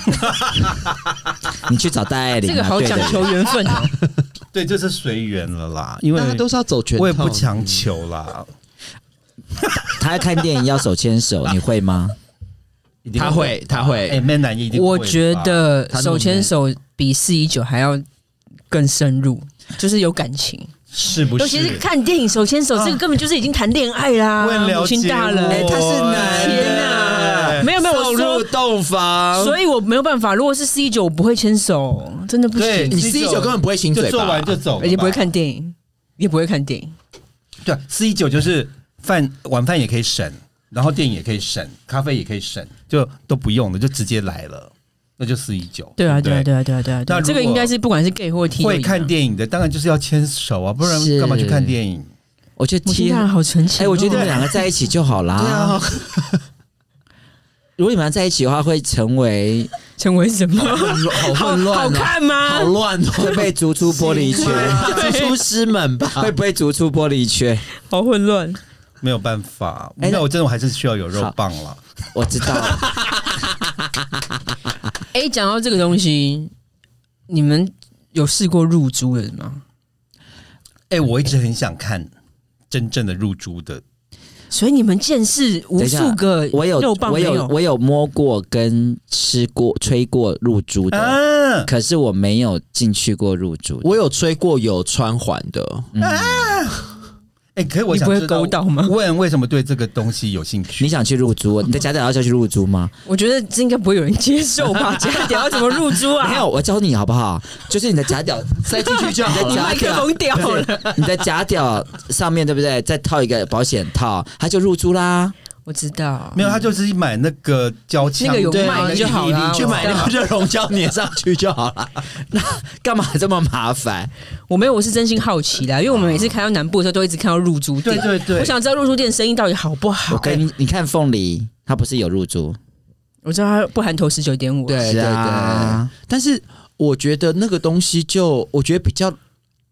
Speaker 3: 你去找戴爱 玲
Speaker 4: 这个
Speaker 3: 啊，
Speaker 4: 好
Speaker 3: 对的
Speaker 4: 讲
Speaker 3: 人。
Speaker 4: 求缘分哦。
Speaker 1: 对，就是随缘了啦，因为
Speaker 2: 大家都是要走全套，
Speaker 1: 我也不强求啦。
Speaker 3: 他看电影要手牵手，你会吗？
Speaker 1: 一定
Speaker 2: 他会，他会。
Speaker 1: 哎，man 男一定会吧，
Speaker 4: 我觉得
Speaker 2: 他那么
Speaker 4: 手牵手比四一九还要更深入，就是有感情。
Speaker 1: 是不
Speaker 4: 尤其是
Speaker 1: 是？
Speaker 4: 看电影手牵手，这个根本就是已经谈恋爱啦，
Speaker 1: 问了
Speaker 4: 母亲
Speaker 1: 解
Speaker 4: 大
Speaker 1: 我
Speaker 4: 人
Speaker 3: 哎，他是男
Speaker 4: 天
Speaker 3: 的
Speaker 4: 哪，没有没有我
Speaker 3: 送入
Speaker 4: 说。
Speaker 3: 洞
Speaker 2: 啊
Speaker 3: 房，
Speaker 4: 所以我没有办法，如果是四一九，我不会牵手，真的不
Speaker 1: 对，
Speaker 4: 行，
Speaker 2: 你 C 九根本不会亲
Speaker 1: 就
Speaker 2: 嘴
Speaker 1: 做
Speaker 2: 吧
Speaker 1: 完？就走了吧，
Speaker 4: 而哎且不会看电影，也不会看电影。
Speaker 1: 对，四一九就是饭晚饭也可以省，然后电影也可以省，咖啡也可以省，就都不用了，就直接来了，那就四一九。
Speaker 4: 对啊，
Speaker 1: 不
Speaker 4: 对啊，对啊，对啊，对啊，
Speaker 1: 那
Speaker 4: 对啊。
Speaker 1: 如
Speaker 4: 这个应
Speaker 1: 果
Speaker 4: 该是不管是 gay 或 T 都
Speaker 1: 会
Speaker 4: 一
Speaker 1: 看
Speaker 4: 样，
Speaker 1: 电影的当然就是要牵手啊，不然
Speaker 3: 是
Speaker 1: 干嘛去看电影？
Speaker 3: 我觉得
Speaker 4: 母亲
Speaker 3: T，
Speaker 4: 大人好纯情哦。
Speaker 3: 哎，我觉得你们两个在一起就好啦。
Speaker 1: 对啊，
Speaker 3: 如果你们在一起的话，会成为
Speaker 4: 成为什么？
Speaker 2: 好
Speaker 4: 好啊
Speaker 2: 混
Speaker 4: 好
Speaker 2: 乱哦，
Speaker 4: 看吗
Speaker 2: 好？乱哦，
Speaker 3: 会被逐出玻璃圈，
Speaker 2: 蜘蛛师们吧？
Speaker 3: 会不会逐出玻璃圈？
Speaker 4: 好混乱。
Speaker 1: 没有办法，
Speaker 3: 哎
Speaker 1: 那我真的我还是需要有肉
Speaker 3: 好
Speaker 1: 棒了。
Speaker 3: 我知道，
Speaker 4: 哎，讲到这个东西，你们有试过入珠的吗？
Speaker 1: 哎，我一直很想看真正的入珠的，
Speaker 4: 所以你们见识无
Speaker 3: 等一下
Speaker 4: 数个
Speaker 3: 我 有
Speaker 4: 肉棒
Speaker 3: 我
Speaker 4: 没
Speaker 3: 有我有摸过跟吃过吹过入珠的，
Speaker 1: 啊，
Speaker 3: 可是我没有进去过入珠的。
Speaker 2: 我有吹过有穿环的，
Speaker 1: 哎，可是我
Speaker 4: 你
Speaker 1: 想
Speaker 4: 不会
Speaker 1: 知道
Speaker 4: 勾到吗
Speaker 1: 问为什么对这个东西有兴趣？
Speaker 3: 你想去入珠？你的假假要下去入珠吗？
Speaker 4: 我觉得这应该不会有人接受 吧？假屌要怎么入珠
Speaker 3: 没
Speaker 4: 啊？
Speaker 3: 有，我教你好不好？就是你的假屌塞进去就好
Speaker 4: 你
Speaker 3: 了。
Speaker 4: 麦克风掉了，
Speaker 3: 你的假屌上面对不对？再套一个保险套，它就入珠啦。
Speaker 4: 我知道
Speaker 1: 没。有，他就是买那个胶枪，
Speaker 4: 那个有
Speaker 1: 对
Speaker 4: 卖的就好啊啦
Speaker 2: 你去买那个热熔胶粘上去就好了。
Speaker 3: 干嘛这么麻烦？
Speaker 4: 我没有，我是真心好奇啦，因为我们每次开到南部的时候，都一直看到入珠
Speaker 1: 对
Speaker 4: 店。
Speaker 1: 对对
Speaker 4: 我，想知道入珠店生意到底好不好
Speaker 3: 我。跟你你看凤梨，它不是有入珠？
Speaker 4: 我知道它不含头十九点五，
Speaker 2: 对
Speaker 3: 是啊，
Speaker 2: 但是我觉得那个东西就，我觉得比较，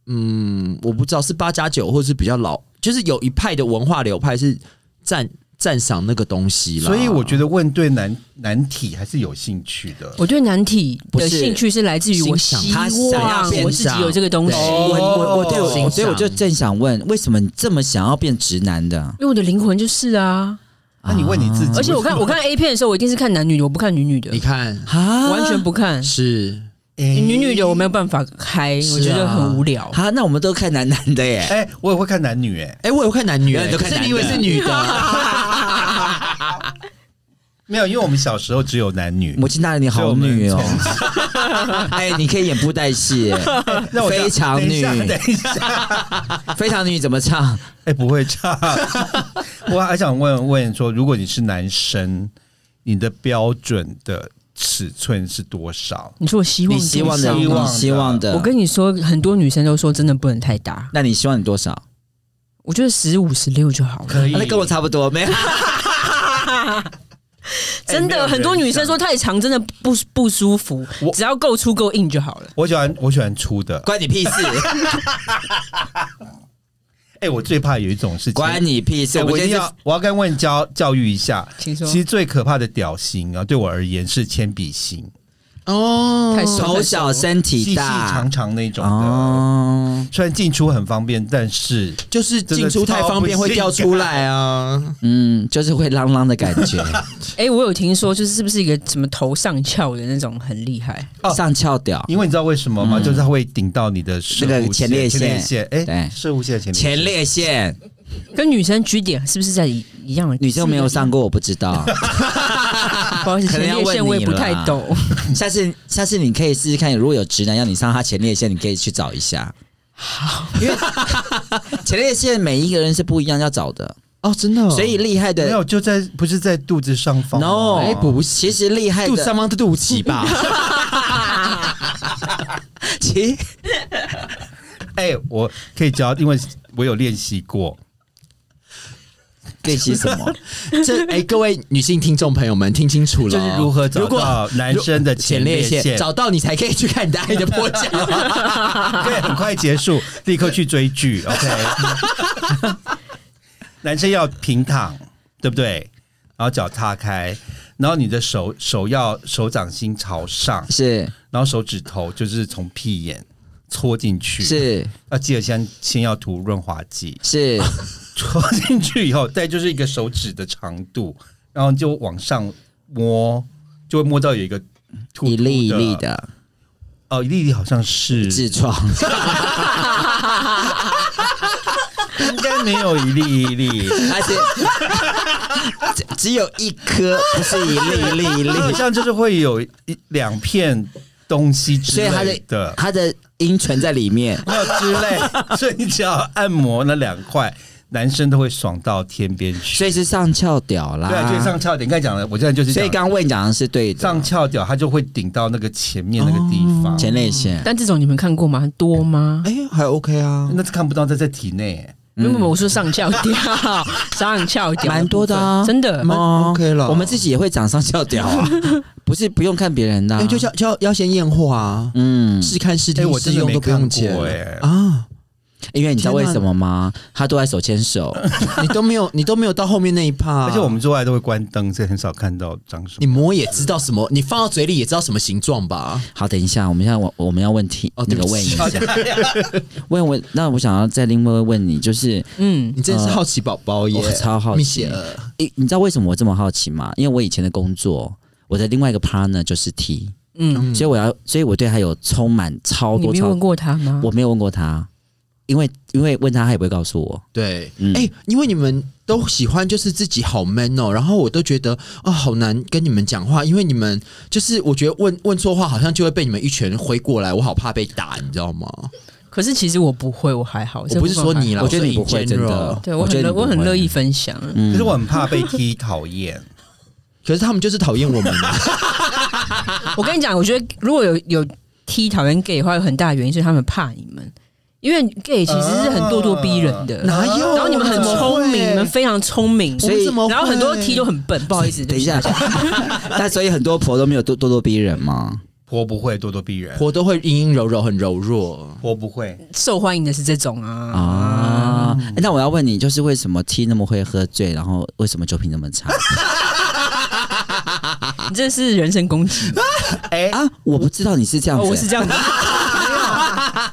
Speaker 2: 嗯，我不知道是八加九，或是比较老，就是有一派的文化流派是赞赞赏那个东西啦。
Speaker 1: 所以我觉得问对难难题还是有兴趣的。
Speaker 4: 我对难体
Speaker 3: 不
Speaker 4: 的
Speaker 3: 是
Speaker 4: 兴趣是来自于我希
Speaker 2: 欣赏
Speaker 3: 他想要
Speaker 4: 望
Speaker 3: 变
Speaker 4: 我自己有这个东西，
Speaker 2: 对
Speaker 1: 哦
Speaker 3: 我我我对
Speaker 2: 欣
Speaker 3: 我，
Speaker 2: 赏
Speaker 3: 所以我就正想问，为什么你这么想要变直男的？
Speaker 4: 因为我的灵魂就是啊。
Speaker 1: 那你问你自己，
Speaker 4: 而且我 看我看 A 片的时候，我一定是看男女的，我不看女女的
Speaker 2: 你，看
Speaker 3: 啊，
Speaker 4: 我完全不看
Speaker 2: 是
Speaker 1: 哎
Speaker 4: 女女的，我没有办法开，
Speaker 2: 是啊
Speaker 4: 我觉得很无聊。
Speaker 3: 哈，那我们都看男男的耶。
Speaker 1: 哎、我也会看男女哎、
Speaker 2: 哎、我有看男女、
Speaker 3: 原来
Speaker 2: 欸，
Speaker 3: 你都看
Speaker 2: 可是你以
Speaker 3: 男
Speaker 2: 为
Speaker 3: 的
Speaker 2: 是女的？啊
Speaker 1: 没有，因为我们小时候只有男 女。
Speaker 3: 母亲大人你
Speaker 1: 所以
Speaker 3: 好
Speaker 1: 我们
Speaker 3: 女哦，
Speaker 1: 从
Speaker 3: 哎，你可以演布袋戏耶，
Speaker 1: 让我想
Speaker 3: 非常女
Speaker 1: 等一下，等一下，
Speaker 3: 非常女怎么唱？
Speaker 1: 哎、不会唱。 我还想问问说，如果你是男生，你的标准的尺寸是多少？
Speaker 4: 你说我希望
Speaker 3: 你希望的，
Speaker 4: 多
Speaker 1: 希
Speaker 4: 少
Speaker 1: 望
Speaker 3: 你
Speaker 1: 的
Speaker 3: 希望的，
Speaker 4: 我跟你说，很多女生都说真的不能太大，
Speaker 3: 那你希望你多少？啊
Speaker 4: 我觉得十五十六就好了。
Speaker 1: 可以，
Speaker 3: 那跟我差不多，没有。
Speaker 4: 真
Speaker 1: 没有
Speaker 4: 的，
Speaker 1: 人
Speaker 4: 很多女生说太长真的不不舒服
Speaker 1: 我，
Speaker 4: 只要够粗够硬就好了。
Speaker 1: 我喜欢我喜欢粗的。
Speaker 3: 关你屁事！
Speaker 1: 哎、哎，我最怕有一种事情，
Speaker 3: 关你屁事！
Speaker 1: 对
Speaker 3: 我
Speaker 1: 哎我一
Speaker 3: 觉
Speaker 1: 定
Speaker 3: 得
Speaker 1: 要，我要跟问教教育一下。
Speaker 4: 请说
Speaker 1: 其实最可怕的屌型啊，对我而言是铅笔型，
Speaker 2: 哦，
Speaker 4: 太熟
Speaker 3: 头小身
Speaker 1: 细
Speaker 3: 体
Speaker 1: 细
Speaker 3: 大
Speaker 1: 长长那种的。
Speaker 3: 哦，
Speaker 1: 虽然进出很方便，但是
Speaker 2: 就是进出太方便会掉出来啊。
Speaker 3: 嗯，就是会啷啷的感觉，
Speaker 4: 哎、我有听说，就是是不是一个什么头上翘的那种很厉害？
Speaker 1: 哦
Speaker 3: 上翘屌，
Speaker 1: 因为你知道为什么吗？
Speaker 3: 嗯
Speaker 1: 就是它会顶到你的射
Speaker 3: 那
Speaker 1: 弧
Speaker 3: 个前列腺
Speaker 1: 前列腺，哎，
Speaker 3: 对
Speaker 1: 射弧线的前
Speaker 3: 前
Speaker 1: 列腺。
Speaker 3: 列腺。
Speaker 4: 跟女生居点是不是在一一样的？
Speaker 3: 女生没有上过，我不知道。
Speaker 4: 不好意思，
Speaker 3: 可能
Speaker 4: 前
Speaker 3: 要
Speaker 4: 列腺我
Speaker 3: 问
Speaker 4: 也
Speaker 3: 你
Speaker 4: 不
Speaker 3: 了
Speaker 4: 太
Speaker 3: 啦
Speaker 4: 懂。
Speaker 3: 下次下次你可以试试看，如果有直男要你上他前列腺，你可以去找一下。好，因为 前列腺每一个人是不一样要找的，
Speaker 2: 哦，真的哦
Speaker 3: 所以厉害
Speaker 1: 没
Speaker 3: 的
Speaker 1: 有，就在不是在肚子上方吗。
Speaker 3: no，
Speaker 2: 哎不是
Speaker 3: 其实厉害
Speaker 2: 肚子
Speaker 3: 的
Speaker 2: 上，方的肚脐吧？
Speaker 3: 其
Speaker 1: 哎，我可以教，因为我有练习过。
Speaker 3: 练习什 么？
Speaker 2: 这哎，各位女性听众朋友们，听清楚了
Speaker 1: 就
Speaker 2: 哦，
Speaker 1: 是如何找
Speaker 2: 如果
Speaker 1: 到男生的前
Speaker 2: 前
Speaker 1: 列
Speaker 2: 列
Speaker 1: 腺
Speaker 2: 腺，找到你才可以去看你的爱的迫降。
Speaker 1: 对，很快结束，立刻去追 剧。OK，男生要平躺，对不对？然后脚踏开，然后你的手手要手掌心朝上，
Speaker 3: 是
Speaker 1: 然后手指头就是从屁眼戳进去。，
Speaker 3: 是
Speaker 1: 要记得先先要涂润滑剂，
Speaker 3: 是，
Speaker 1: 戳进去以后，再就是一个手指的长度，然后就往上摸，就会摸到有一个凸凸
Speaker 3: 一粒一粒，的
Speaker 1: 哦，一粒一粒好像是
Speaker 3: 痔疮，
Speaker 1: 应该没有一粒一粒。
Speaker 3: 而且只 只有一颗，不是一粒一粒一粒，
Speaker 1: 好像就是会有一两片东西 之
Speaker 3: 所以它
Speaker 1: 类
Speaker 3: 的
Speaker 1: 的，
Speaker 3: 它的阴唇在里面。
Speaker 1: 没有之 类，所以你只要按摩那两块，男生都会爽到天边去。
Speaker 3: 所以是上翘屌啦，
Speaker 1: 对啊，就是上翘点。你刚才讲的，我现在就是
Speaker 3: 所以
Speaker 1: 讲
Speaker 3: 刚刚问讲的是对的，
Speaker 1: 上翘屌，它就会顶到那个前面那个地方，
Speaker 3: 前列腺。
Speaker 4: 但这种你们看过吗？多吗？
Speaker 2: 哎，还 OK 啊，
Speaker 1: 那是看不到，在在体
Speaker 3: 啊
Speaker 1: 内。
Speaker 4: 没有，没有我说上翘掉， 上翘掉
Speaker 3: 蛮多的啊
Speaker 4: 真的。
Speaker 2: 蛮
Speaker 3: 哦
Speaker 2: OK
Speaker 1: 嗯
Speaker 2: 了。
Speaker 3: 我们自己也会长上翘 屌啊，不是不用看别人的啊、
Speaker 2: 哎，就要就要要先验货啊，
Speaker 3: 嗯，
Speaker 2: 试看试
Speaker 1: 哎，
Speaker 2: 听
Speaker 1: 我
Speaker 2: 试
Speaker 1: 真的
Speaker 2: 用
Speaker 1: 没
Speaker 2: 都不
Speaker 1: 看
Speaker 2: 用钱
Speaker 1: 过哎。
Speaker 2: 啊。
Speaker 3: 因为你知道为什么吗？他都在手牵手，
Speaker 2: 你都没有，你都没有到后面那一趴、
Speaker 1: 而且我们做爱都会关灯，所以很少看到长什
Speaker 2: 你
Speaker 1: 么。
Speaker 2: 摸也知道什么，你放到嘴里也知道什么形状吧？
Speaker 3: 好，等一下，我们现在我我们要问题
Speaker 2: 哦，对
Speaker 3: 那个
Speaker 2: 不
Speaker 3: 问一
Speaker 2: 起，
Speaker 3: 下，问我那我想要再另外问你，就是
Speaker 4: 嗯，
Speaker 2: 你真的是好奇宝宝耶，
Speaker 3: 我超好奇
Speaker 2: 蜜雪儿
Speaker 3: 诶，你知道为什么我这么好奇吗？因为我以前的工作，我的另外一个 partner 就是 T，
Speaker 4: 嗯，
Speaker 3: 所以我要，所以我对他有充满超
Speaker 4: 你
Speaker 3: 多
Speaker 4: 没
Speaker 3: 超
Speaker 4: 有问过他吗？
Speaker 3: 我没有问过他，因为因为问他他也不会告诉我。
Speaker 2: 对，哎、
Speaker 3: 嗯
Speaker 2: 因为你们都喜欢就是自己好 man 哦，然后我都觉得哦好难跟你们讲话，因为你们就是我觉得问问错话好像就会被你们一拳挥过来，我好怕被打，你知道吗？
Speaker 4: 可是其实我不会，我还好。，
Speaker 2: 我不是说你啦，
Speaker 3: 我觉得你
Speaker 2: 说
Speaker 3: 不会
Speaker 2: in
Speaker 3: 真
Speaker 2: general
Speaker 3: 的
Speaker 4: 对我
Speaker 3: 我觉
Speaker 4: 很
Speaker 3: 得
Speaker 4: 乐
Speaker 3: 你不
Speaker 4: 我很
Speaker 3: 会嗯
Speaker 4: 乐意分享。
Speaker 1: 可是我很怕被踢讨厌，
Speaker 2: 可是他们就是讨厌我们啊，
Speaker 4: 我跟你讲，我觉得如果有有 T 讨厌 gay 的话，有很大的原因是他们怕你们，因为 gay 其实是很咄咄逼人
Speaker 3: 啊
Speaker 4: 的。
Speaker 2: 哪有？
Speaker 4: 然后你们很
Speaker 2: 怎么
Speaker 4: 聪明，
Speaker 2: 会
Speaker 4: 你们非常聪明，
Speaker 2: 我们怎么会
Speaker 4: 然后很多 T 都很笨，不好意思，
Speaker 3: 等一下
Speaker 4: 对不起，
Speaker 3: 那所以很多婆都没有咄咄咄逼人吗？
Speaker 1: 婆不会咄咄逼 人，
Speaker 2: 我都会阴阴柔柔，很柔弱。
Speaker 1: 婆不会。
Speaker 4: 受欢迎的是这种啊。
Speaker 3: 啊、诶那我要问你，就是为什么 T 那么会喝醉，然后为什么酒品那么差
Speaker 4: 你这是人身攻击，
Speaker 1: 哎
Speaker 3: 啊？我不知道你是这样
Speaker 4: 哦
Speaker 3: 子、
Speaker 4: 我是这样的。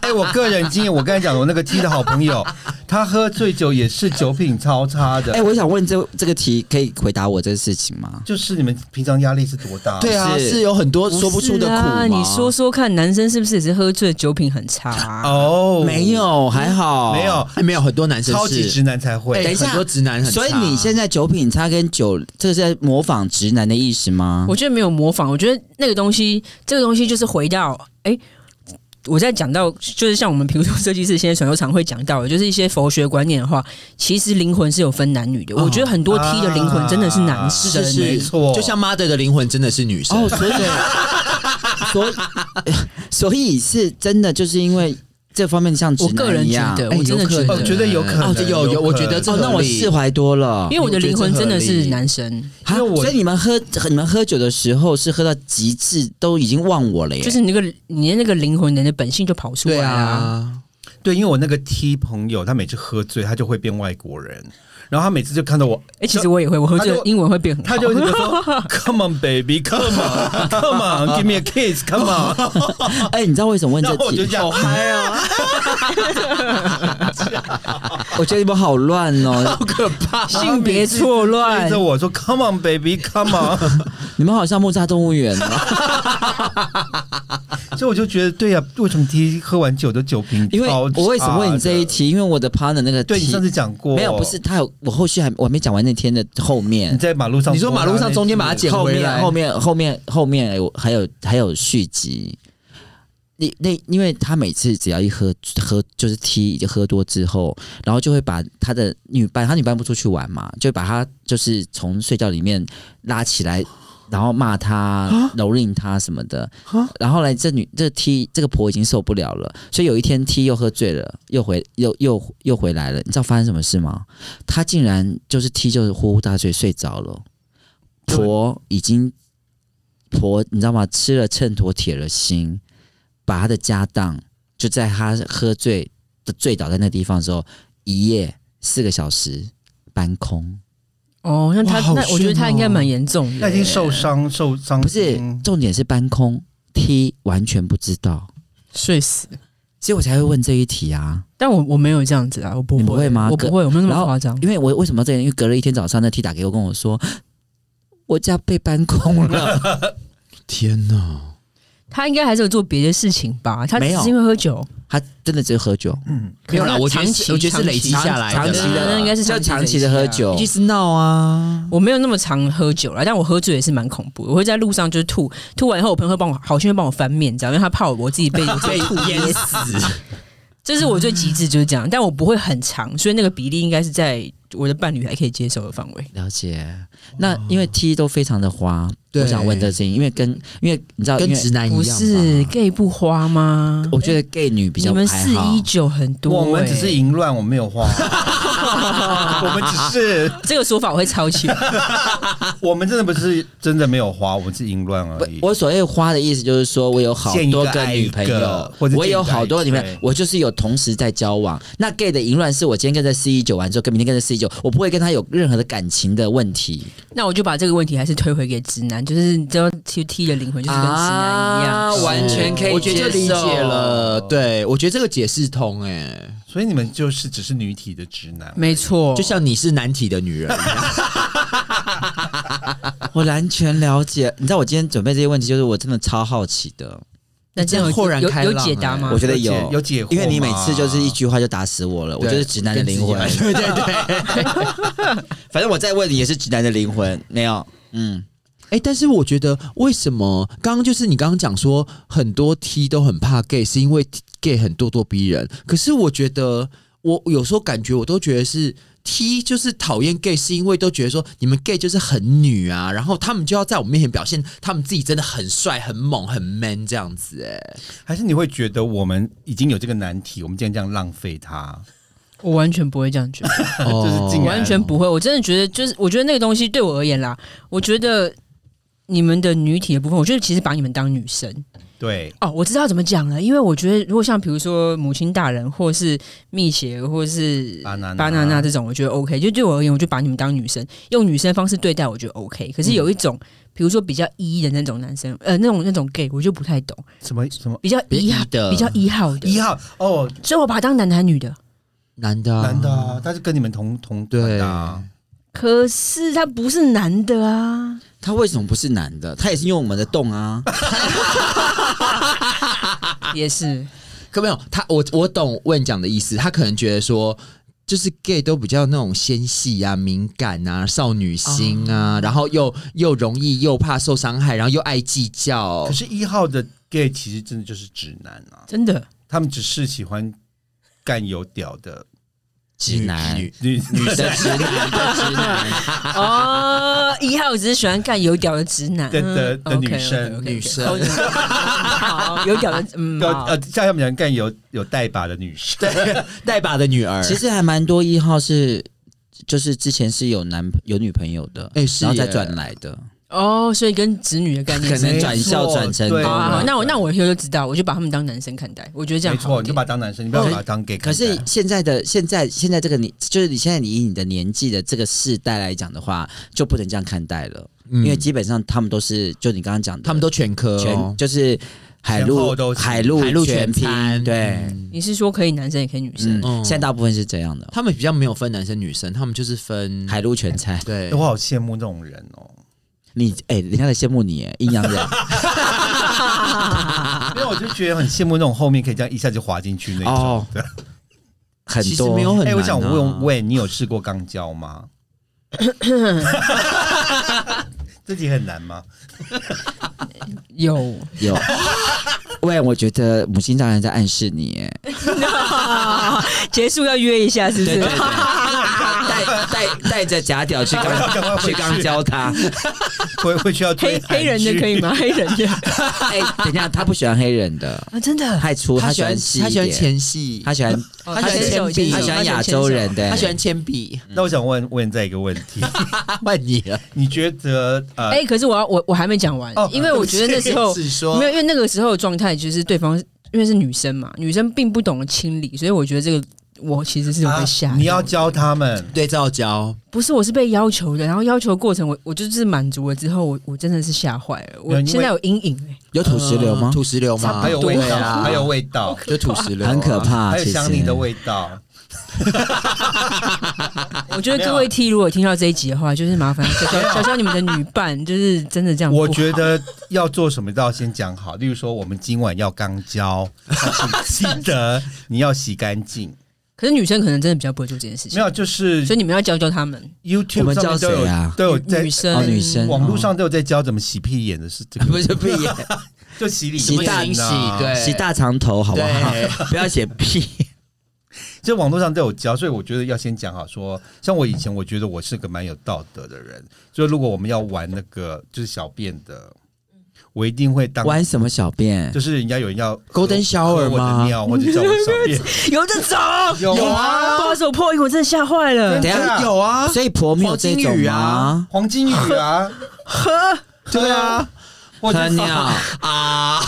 Speaker 1: 哎、我个人经验，我刚才讲我那个 T 的好朋 友，他喝醉酒也是酒品超差的。
Speaker 3: 哎、我想问这这个题，可以回答我这个事情吗？
Speaker 1: 就是你们平常压力是多大？
Speaker 2: 对啊，
Speaker 3: 是
Speaker 2: 是有很多说不出的苦
Speaker 4: 是
Speaker 2: 嘛
Speaker 4: 啊你说说看，男生是不是也是喝醉酒品很差、啊？
Speaker 1: 哦，
Speaker 3: 没，有，还好，
Speaker 1: 没。有，
Speaker 2: 哎没有很多男生
Speaker 1: 超级
Speaker 2: 是
Speaker 1: 直男才会。
Speaker 2: 哎
Speaker 3: 等一下
Speaker 2: 很多直男很差，
Speaker 3: 所以你现在酒品差跟酒，这是在模仿直男的意思吗
Speaker 4: 我？觉得没有模仿，我觉得那个东西，这个东西就是回到哎。我在讲到，就是像我们比如说设计师现在传说常会讲到的，就是一些佛学观念的话，其实灵魂是有分男女的。
Speaker 2: 哦
Speaker 4: 我觉得很多 T 的灵魂真的是男生，
Speaker 1: 啊是是是没错
Speaker 2: 就像 mother 的灵魂真的是女生
Speaker 3: 哦，所以所以所以是真的，就是因为这方面像直
Speaker 4: 我个
Speaker 3: 男
Speaker 4: 人
Speaker 3: 一
Speaker 4: 觉
Speaker 3: 样。
Speaker 4: 得，
Speaker 2: 哎
Speaker 4: 我真的
Speaker 2: 有可
Speaker 4: 觉
Speaker 2: 能
Speaker 1: 哦，
Speaker 4: 得，
Speaker 1: 觉得有可能，
Speaker 2: 哦这有有我觉得这
Speaker 3: 哦，
Speaker 1: 可能
Speaker 3: 那我
Speaker 2: 合理
Speaker 3: 释怀多了。
Speaker 4: 因为我的灵魂真的是男生，
Speaker 3: 啊
Speaker 1: 因为我
Speaker 3: 所以你们喝你们喝酒的时候是喝到极致，都已经忘我了耶。
Speaker 4: 就是你那个你的那个灵魂人的本性就跑出来
Speaker 2: 对
Speaker 4: 啦、
Speaker 2: 啊，
Speaker 1: 对，因为我那个 T 朋友，他每次喝醉，他就会变外国人，然后他每次就看到我，
Speaker 4: 哎、其实我也会，我会觉
Speaker 1: 他
Speaker 4: 得
Speaker 1: 就
Speaker 4: 英文会变很好。
Speaker 1: 他就一直说 “Come on, baby, come on, come on, give me a kiss, come on”，
Speaker 3: 哎、你知道为什么问
Speaker 1: 然
Speaker 3: 这
Speaker 1: 后我就
Speaker 3: 题
Speaker 1: 这？样嗨啊，
Speaker 3: 我觉得你们好乱哦，
Speaker 2: 可怕！
Speaker 4: 性别错乱
Speaker 1: 对着，我说 “Come on, baby, come on”，
Speaker 3: 你们好像木栅动物园哦，
Speaker 1: 所以我就觉得对呀、为什么 T 喝完酒的酒瓶？
Speaker 3: 因为我为什么问你这一？题？因为我的 partner 那个
Speaker 1: 啊对你
Speaker 3: 题
Speaker 1: 上次讲过，
Speaker 3: 没有，不是他有，我后续还我还没讲完那天的后面
Speaker 1: 你，在马路上，啊
Speaker 2: 你说马路上中间把它剪
Speaker 3: 后
Speaker 2: 回
Speaker 3: 面
Speaker 2: 来，
Speaker 3: 后面后面后面哎我还有还有续集。你那，因为他每次只要一喝喝就是 T 就喝多之后，然后就会把他的女伴，他女伴不出去玩嘛，就把他就是从睡觉里面拉起来，然后骂他、
Speaker 2: 啊
Speaker 3: 蹂躏他什么的。然后后来这女这 T 这个婆已经受不了了，所以有一天 T 又喝醉了，又回又又又回来了。你知道发生什么事吗？他竟然就是 T 就是呼呼大睡睡着了，婆已经婆你知道吗？吃了秤砣铁了心，把他的家当就在他喝醉的醉倒在那地方的时候，一夜四个小时搬空。
Speaker 4: 哦，那他
Speaker 2: 哇好
Speaker 4: 那我觉得
Speaker 2: 炫
Speaker 4: 他
Speaker 2: 哦
Speaker 4: 应该蛮严重的，
Speaker 1: 他已经受伤受伤，
Speaker 3: 不是
Speaker 1: 嗯，
Speaker 3: 重点是搬空，T 完全不知道，
Speaker 4: 睡死。
Speaker 3: 所以我才会问这一题啊。
Speaker 4: 但我我没有这样子啊，我不
Speaker 3: 你
Speaker 4: 会，
Speaker 3: 不会吗
Speaker 4: 我不会，我没有那么夸张。
Speaker 3: 因为我为什么要这样？因为隔了一天早上，那 T 打给我跟我说，我家被搬空了。
Speaker 2: 天哪！
Speaker 4: 他应该还是有做别的事情吧？他只
Speaker 3: 没有
Speaker 4: 是因为喝酒，
Speaker 3: 他真的只是喝酒，
Speaker 2: 没有啦，
Speaker 4: 可能他
Speaker 2: 我觉得
Speaker 4: 长期
Speaker 2: 是我觉得是累积
Speaker 4: 长期
Speaker 2: 下来的，
Speaker 3: 长期
Speaker 4: 对
Speaker 3: 的
Speaker 4: 那应该是
Speaker 3: 就
Speaker 4: 长
Speaker 3: 长
Speaker 4: 期
Speaker 3: 期
Speaker 4: 的
Speaker 3: 的
Speaker 4: 累积啊
Speaker 3: 喝酒
Speaker 2: 一。直闹啊。
Speaker 4: 我没有那么常喝酒啦，但我喝醉也是蛮恐怖的。我会在路上就是吐，吐完以后我朋友会帮我，好心会帮我翻面，这样，因为他怕我我自 己被我自己吐
Speaker 2: 被
Speaker 4: 淹
Speaker 2: 淹
Speaker 4: 死。
Speaker 2: 死，
Speaker 4: 这是我最极致就是这样，但我不会很长，所以那个比例应该是在我的伴侣还可以接受的范围。
Speaker 3: 了解。那因为 T 都非常的花，
Speaker 2: 对
Speaker 3: 我想问这事情，因为跟因为你知道，因
Speaker 2: 跟
Speaker 3: 为
Speaker 2: 直男一样
Speaker 4: 不
Speaker 2: 吧
Speaker 4: 是 gay 不花吗？
Speaker 3: 我觉得 gay 女比较
Speaker 4: 你们
Speaker 3: 还
Speaker 4: 四
Speaker 3: 好
Speaker 4: 一九很多、
Speaker 1: 我们只是
Speaker 4: 欸
Speaker 1: 淫乱，我们没有 花，我们只是
Speaker 4: 这个说法我会抄 起来。
Speaker 1: 我们真的不是真的没有花，我们是淫乱而
Speaker 3: 不
Speaker 1: 已。
Speaker 3: 我所谓花的意思就是说，我有好
Speaker 1: 见一个
Speaker 3: 多个
Speaker 1: 爱一
Speaker 3: 女
Speaker 1: 个
Speaker 3: 朋友，
Speaker 1: 或者
Speaker 3: 我
Speaker 1: 见一
Speaker 3: 有
Speaker 1: 个
Speaker 3: 好
Speaker 1: 爱
Speaker 3: 多
Speaker 1: 一
Speaker 3: 女朋
Speaker 1: 个
Speaker 3: 友
Speaker 1: 对，
Speaker 3: 我就是有同时在交往。那 gay 的淫乱是我今天跟这 C 一九完之后，跟明天跟这 C 一九，我不会跟他有任何的感情的问题。
Speaker 4: 那我就把这个问题还是推回给直男，就是你知道 T T 的灵魂就是跟直男一样，
Speaker 3: 啊完全可以
Speaker 2: 我觉得理
Speaker 3: 接受
Speaker 2: 解了。对，我觉得这个解释通哎、
Speaker 1: 所以你们就是只是女体的直男，
Speaker 4: 没错，
Speaker 2: 就像你是难题的 女人一样，
Speaker 3: 我完全了解。你知道我今天准备这些问题，就是我真的超好奇的，
Speaker 4: 那这样有
Speaker 2: 豁然
Speaker 4: 有
Speaker 2: 开
Speaker 4: 有
Speaker 2: 朗
Speaker 4: 解答
Speaker 2: 欸
Speaker 4: 吗？
Speaker 3: 我觉得
Speaker 1: 有解有解惑
Speaker 3: 因为你每次就是一
Speaker 1: 嘛
Speaker 3: 句话就打死我了，我就是直男的灵魂
Speaker 2: 跟。自己对对对。
Speaker 3: 反正我再问你也是直男的灵魂，没有。嗯，
Speaker 2: 哎、但是我觉得为什么刚刚就是你刚刚讲说很多 T 都很怕 gay，是因为 gay 很咄咄逼人。可是我觉得我有时候感觉我都觉得是 T 就是讨厌 gay，是因为都觉得说你们 gay 就是很女啊，然后他们就要在我们面前表现他们自己真的很帅、很猛、很 man 这样子、哎，
Speaker 1: 还是你会觉得我们已经有这个难题，我们竟然这样浪费它，
Speaker 4: 我完全不会这样觉得，
Speaker 2: 哦
Speaker 1: 就是竟
Speaker 2: 啊
Speaker 4: 我
Speaker 1: 然
Speaker 4: 完全不会。我真的觉得，就是我觉得那个东西对我而言啦，我觉得你们的女体的部分，我觉得其实把你们当女生
Speaker 1: 对。
Speaker 4: 哦，我知道怎么讲了，因为我觉得如果像比如说母亲大人，或是蜜雪，或是
Speaker 1: 巴
Speaker 2: 啊
Speaker 1: 拿
Speaker 4: 巴娜娜这种，我觉得 OK。就对我而言，我就把你们当女生，用女生方式对待，我觉得 OK。可是有一种，比如说比较一的那种男生，呃，那种那种 gay，我就不太懂，
Speaker 1: 什么什么
Speaker 4: 比较
Speaker 2: 别
Speaker 4: 一号
Speaker 2: 一的 E
Speaker 4: 比较一号的
Speaker 1: 一，号哦，
Speaker 4: 所以我把他当男的还女的。
Speaker 2: 男的、啊，
Speaker 1: 男的、啊，他是跟你们同同团
Speaker 2: 对
Speaker 1: 的、啊，
Speaker 4: 可是他不是男的啊，
Speaker 3: 他为什么不是男的？他也是用我们的洞啊。
Speaker 2: 啊
Speaker 4: 也是
Speaker 2: 可没有他，我我懂问讲的意思，他可能觉得说。就是 gay 都比较那种纤细啊、敏感啊、少女心啊，然后又又容易又怕受伤害，然后又爱计较
Speaker 1: 可。是，一号的 gay 其实真的就是直男啊，
Speaker 4: 真的。
Speaker 1: 他们只是喜欢干有屌的
Speaker 3: 直男，
Speaker 2: 女
Speaker 1: 女女
Speaker 3: 女的直男的直男，
Speaker 2: 啊
Speaker 4: 哦，一号只是喜欢干有屌的直男
Speaker 1: 的的
Speaker 4: 嗯
Speaker 1: 的女
Speaker 4: OK，OK，OK，
Speaker 1: 生
Speaker 4: OK，OK，
Speaker 2: 女生
Speaker 4: 好好有屌的， 嗯，
Speaker 1: 要
Speaker 4: 好
Speaker 1: 呃，像他们讲干有有带把的女生，
Speaker 2: 啊对 带把的女儿，
Speaker 3: 其实还蛮多一号是，就是之前是有男有女朋友的，
Speaker 2: 哎是
Speaker 3: 然后再
Speaker 2: 耶
Speaker 3: 转来的。
Speaker 4: 哦，所以跟子女的概念
Speaker 2: 可
Speaker 4: 是
Speaker 2: 能转校转哦成
Speaker 1: 对
Speaker 4: 好啊好，
Speaker 2: 功。
Speaker 4: 那我那我以后就知道，我就把他们当男生看待，我觉哦得这样
Speaker 1: 没
Speaker 4: 好
Speaker 1: 错，
Speaker 4: 一
Speaker 1: 你就
Speaker 4: 点。
Speaker 1: 把他当男生，你不要把他当 gay
Speaker 3: 可
Speaker 1: 看待。
Speaker 3: 是现在的现在现在这个年，就是你现在你以你的年纪的这个世代来讲的话，就不能这样看待了，
Speaker 2: 嗯
Speaker 3: 因为基本上他们都是就你刚刚讲的，
Speaker 2: 他们都全科
Speaker 3: 全、
Speaker 2: 哦，
Speaker 3: 就是海
Speaker 1: 前后
Speaker 3: 陆
Speaker 1: 都是
Speaker 3: 海陆
Speaker 2: 海陆
Speaker 3: 全
Speaker 2: 全
Speaker 3: 拼
Speaker 2: 餐，
Speaker 3: 对，
Speaker 2: 嗯
Speaker 4: 你是说可以男生也可以女生
Speaker 3: 嗯，
Speaker 2: 嗯
Speaker 3: 现在大部分是这样的，
Speaker 2: 他们比较没有分男生女生，他们就是分
Speaker 3: 海陆全餐。
Speaker 2: 对
Speaker 1: 哎我。好羡慕这种人哦，
Speaker 3: 你哎、人家在羡慕你哎，阴阳 人，
Speaker 2: 啊
Speaker 1: 因为我就觉得很羡慕那种后面可以这样一下就滑进去那种。
Speaker 3: 哦
Speaker 1: 对
Speaker 3: 很
Speaker 2: 其实
Speaker 3: 多
Speaker 2: 没有很难、
Speaker 1: 哎，
Speaker 2: 啊
Speaker 1: 我想问问你有试过肛交 吗？ 这题很难吗？
Speaker 4: 有
Speaker 3: 有。喂，我觉得母亲大人在暗示你哎，
Speaker 4: 结束要约一下，是不
Speaker 3: 对
Speaker 4: 是
Speaker 3: 对？对， 带带带着假屌去刚
Speaker 1: 赶快回
Speaker 3: 去
Speaker 1: 去
Speaker 3: 刚教他。
Speaker 1: 会会需要
Speaker 4: 黑
Speaker 1: 推
Speaker 4: 黑人的可以吗？黑人的
Speaker 3: 哎、等一下，他不喜欢黑人的，
Speaker 4: 啊，真的
Speaker 3: 太粗，
Speaker 2: 他
Speaker 3: 喜欢细
Speaker 2: 他
Speaker 3: 一
Speaker 2: 喜欢
Speaker 3: 点，
Speaker 2: 前戏，
Speaker 3: 他喜欢
Speaker 4: 哦
Speaker 2: 他喜欢
Speaker 4: 牵手
Speaker 2: 铅笔
Speaker 4: 牵手
Speaker 3: 他喜欢亚洲人的，
Speaker 2: 他喜欢铅笔，
Speaker 1: 那我想问问再一个问题，
Speaker 2: 问你啊了，
Speaker 1: 你觉得呃，
Speaker 4: 哎、可是我要我我还没讲完，
Speaker 1: 哦
Speaker 4: 因为我觉得那时候
Speaker 2: 只说
Speaker 4: 没有，因为那个时候的状态就是对方因为是女生嘛，女生并不懂得清理，所以我觉得这个我其实是有被吓、
Speaker 1: 啊你要，教他们，
Speaker 2: 对照交，
Speaker 4: 不是我是被要求的，然后要求的过程我我就是满足了之后，我我真的是吓坏了，
Speaker 1: 没有
Speaker 4: 我
Speaker 1: 因为
Speaker 4: 现在有阴影哎、
Speaker 3: 有土石流吗
Speaker 2: 呃？土石流
Speaker 4: 差
Speaker 2: 吗？
Speaker 4: 不多
Speaker 1: 还有味
Speaker 2: 对
Speaker 1: 道，
Speaker 2: 啊
Speaker 1: 还有味道，
Speaker 2: 就土石流啊，
Speaker 3: 很可怕，
Speaker 1: 还有
Speaker 3: 其
Speaker 1: 想
Speaker 3: 实
Speaker 1: 你的味道。
Speaker 4: 我觉得各位 T 如果听到这一集的话，就是麻烦小小小小你们的女伴，就是真的这样不好，
Speaker 1: 我觉得要做什么都要先讲好，例如说我们今晚要肛 交，但是记得你要洗干净。
Speaker 4: 可是女生可能真的比较不会做这件事
Speaker 1: 没
Speaker 4: 情，
Speaker 1: 有，就是
Speaker 4: 所以你们要教教他们。
Speaker 3: 我
Speaker 1: YouTube
Speaker 3: 们
Speaker 1: 上面
Speaker 3: 教
Speaker 1: 都有、
Speaker 3: 谁啊
Speaker 1: 都有在
Speaker 4: 女生
Speaker 3: 哦女生
Speaker 1: 网络上都有在教怎么洗屁眼的是这个，
Speaker 2: 不是不一样，
Speaker 1: 就洗礼
Speaker 3: 洗大
Speaker 1: 仪啊
Speaker 2: 洗对
Speaker 3: 啊洗大长头好不好？
Speaker 2: 对，
Speaker 3: 不要写屁，
Speaker 1: 就网络上都有教，所以我觉得要先讲好说。像我以前，我觉得我是个蛮有道德的人，所以如果我们要玩那个就是小便的，我一定会当。
Speaker 3: 玩什么小便？
Speaker 1: 就是人家有人要
Speaker 3: Golden
Speaker 1: 喝我
Speaker 3: shower 吗
Speaker 1: 的尿或者叫我小便，
Speaker 4: 有这种
Speaker 1: 有啊
Speaker 4: 不好意思，我破音，我真的吓坏了
Speaker 1: 真
Speaker 3: 等
Speaker 1: 的
Speaker 3: 一下
Speaker 2: 有啊，
Speaker 3: 所以婆没有这
Speaker 2: 黄
Speaker 3: 种
Speaker 2: 金鱼
Speaker 3: 吗
Speaker 2: 啊？
Speaker 1: 黄金雨啊，
Speaker 2: 对啊，
Speaker 1: 或者
Speaker 3: 喝
Speaker 1: 是
Speaker 3: 尿，
Speaker 2: 啊，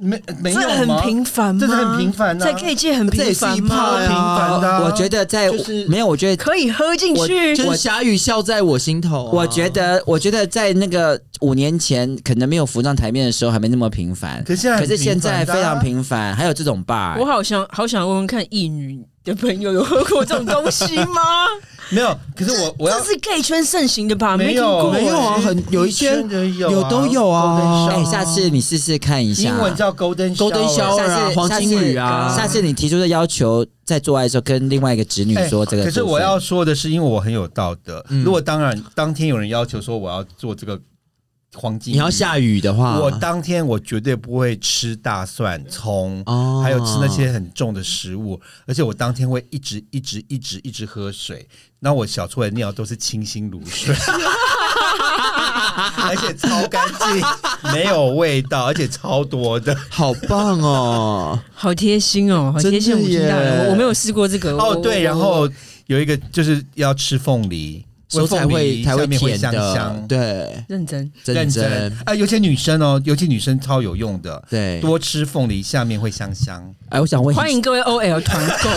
Speaker 1: 没没有
Speaker 4: 这很
Speaker 1: 吗
Speaker 4: 频繁吗？
Speaker 1: 这是很频繁啊
Speaker 4: 在 gay 界很
Speaker 2: 这也
Speaker 4: 频
Speaker 2: 是一
Speaker 4: 繁
Speaker 2: 炮
Speaker 4: 吗？
Speaker 1: 频繁的啊、
Speaker 3: 我觉得在
Speaker 1: 就是
Speaker 3: 没有，我觉得
Speaker 4: 可以喝进去，
Speaker 2: 就是侠雨笑在我心头啊，
Speaker 3: 我觉得，我觉得在那个五年前，可能没有浮上台面的时候，还没那么频繁。
Speaker 1: 可是现在很
Speaker 3: 可是现在
Speaker 1: 频繁的啊
Speaker 3: 非常频繁，还有这种 bar，
Speaker 4: 我好想好想问问看，异女的朋友有喝过这种东西吗？
Speaker 1: 没有。可是 我我要
Speaker 4: 这是 gay 圈盛行的吧？
Speaker 1: 没
Speaker 4: 听
Speaker 1: 有
Speaker 4: 过
Speaker 2: 没有啊，很有一些
Speaker 1: 真的有啊
Speaker 2: 有都有啊
Speaker 1: Golden
Speaker 3: 哎、
Speaker 1: shower
Speaker 3: 下次你试试看一下。
Speaker 1: 英文叫 Golden
Speaker 2: Golden shower shower
Speaker 3: 下次
Speaker 2: 啊黄金
Speaker 3: 下次
Speaker 2: 雨啊
Speaker 3: 下次你提出的要求，在做爱的时候跟另外一个侄女
Speaker 1: 哎
Speaker 3: 说这个部分、
Speaker 1: 可是我要说的是，因为我很有道德。
Speaker 2: 嗯
Speaker 1: 如果当然当天有人要求说我要做这个黄金，
Speaker 2: 你要啊下
Speaker 1: 雨，
Speaker 2: 雨的话，
Speaker 1: 我当天我绝对不会吃大蒜、葱，
Speaker 2: 哦
Speaker 1: 还有吃那些很重的食物，而且我当天会一直一直一直一直喝水。那我小出来的尿都是清新如水。 而且超干净，没有味道，而且超多的。
Speaker 2: 好棒 哦，
Speaker 4: 好贴心哦，好贴心，
Speaker 2: 真
Speaker 4: 我
Speaker 2: 的耶
Speaker 4: 听到了，我我没有试过这个。
Speaker 1: 哦，
Speaker 4: 我
Speaker 1: 对，然后有一个就是要吃凤梨，
Speaker 2: 所以才
Speaker 1: 凤
Speaker 2: 会
Speaker 1: 梨
Speaker 2: 才
Speaker 1: 下面会
Speaker 2: 甜
Speaker 1: 香
Speaker 2: 的，
Speaker 1: 香，
Speaker 2: 对，
Speaker 4: 认真，
Speaker 2: 真
Speaker 1: 认真
Speaker 2: 真，
Speaker 1: 啊，尤其女生哦，尤其女生超有用的，
Speaker 2: 对，
Speaker 1: 多吃凤梨下面会香香。
Speaker 3: 哎，我想问，
Speaker 4: 欢迎各位 OL 团购。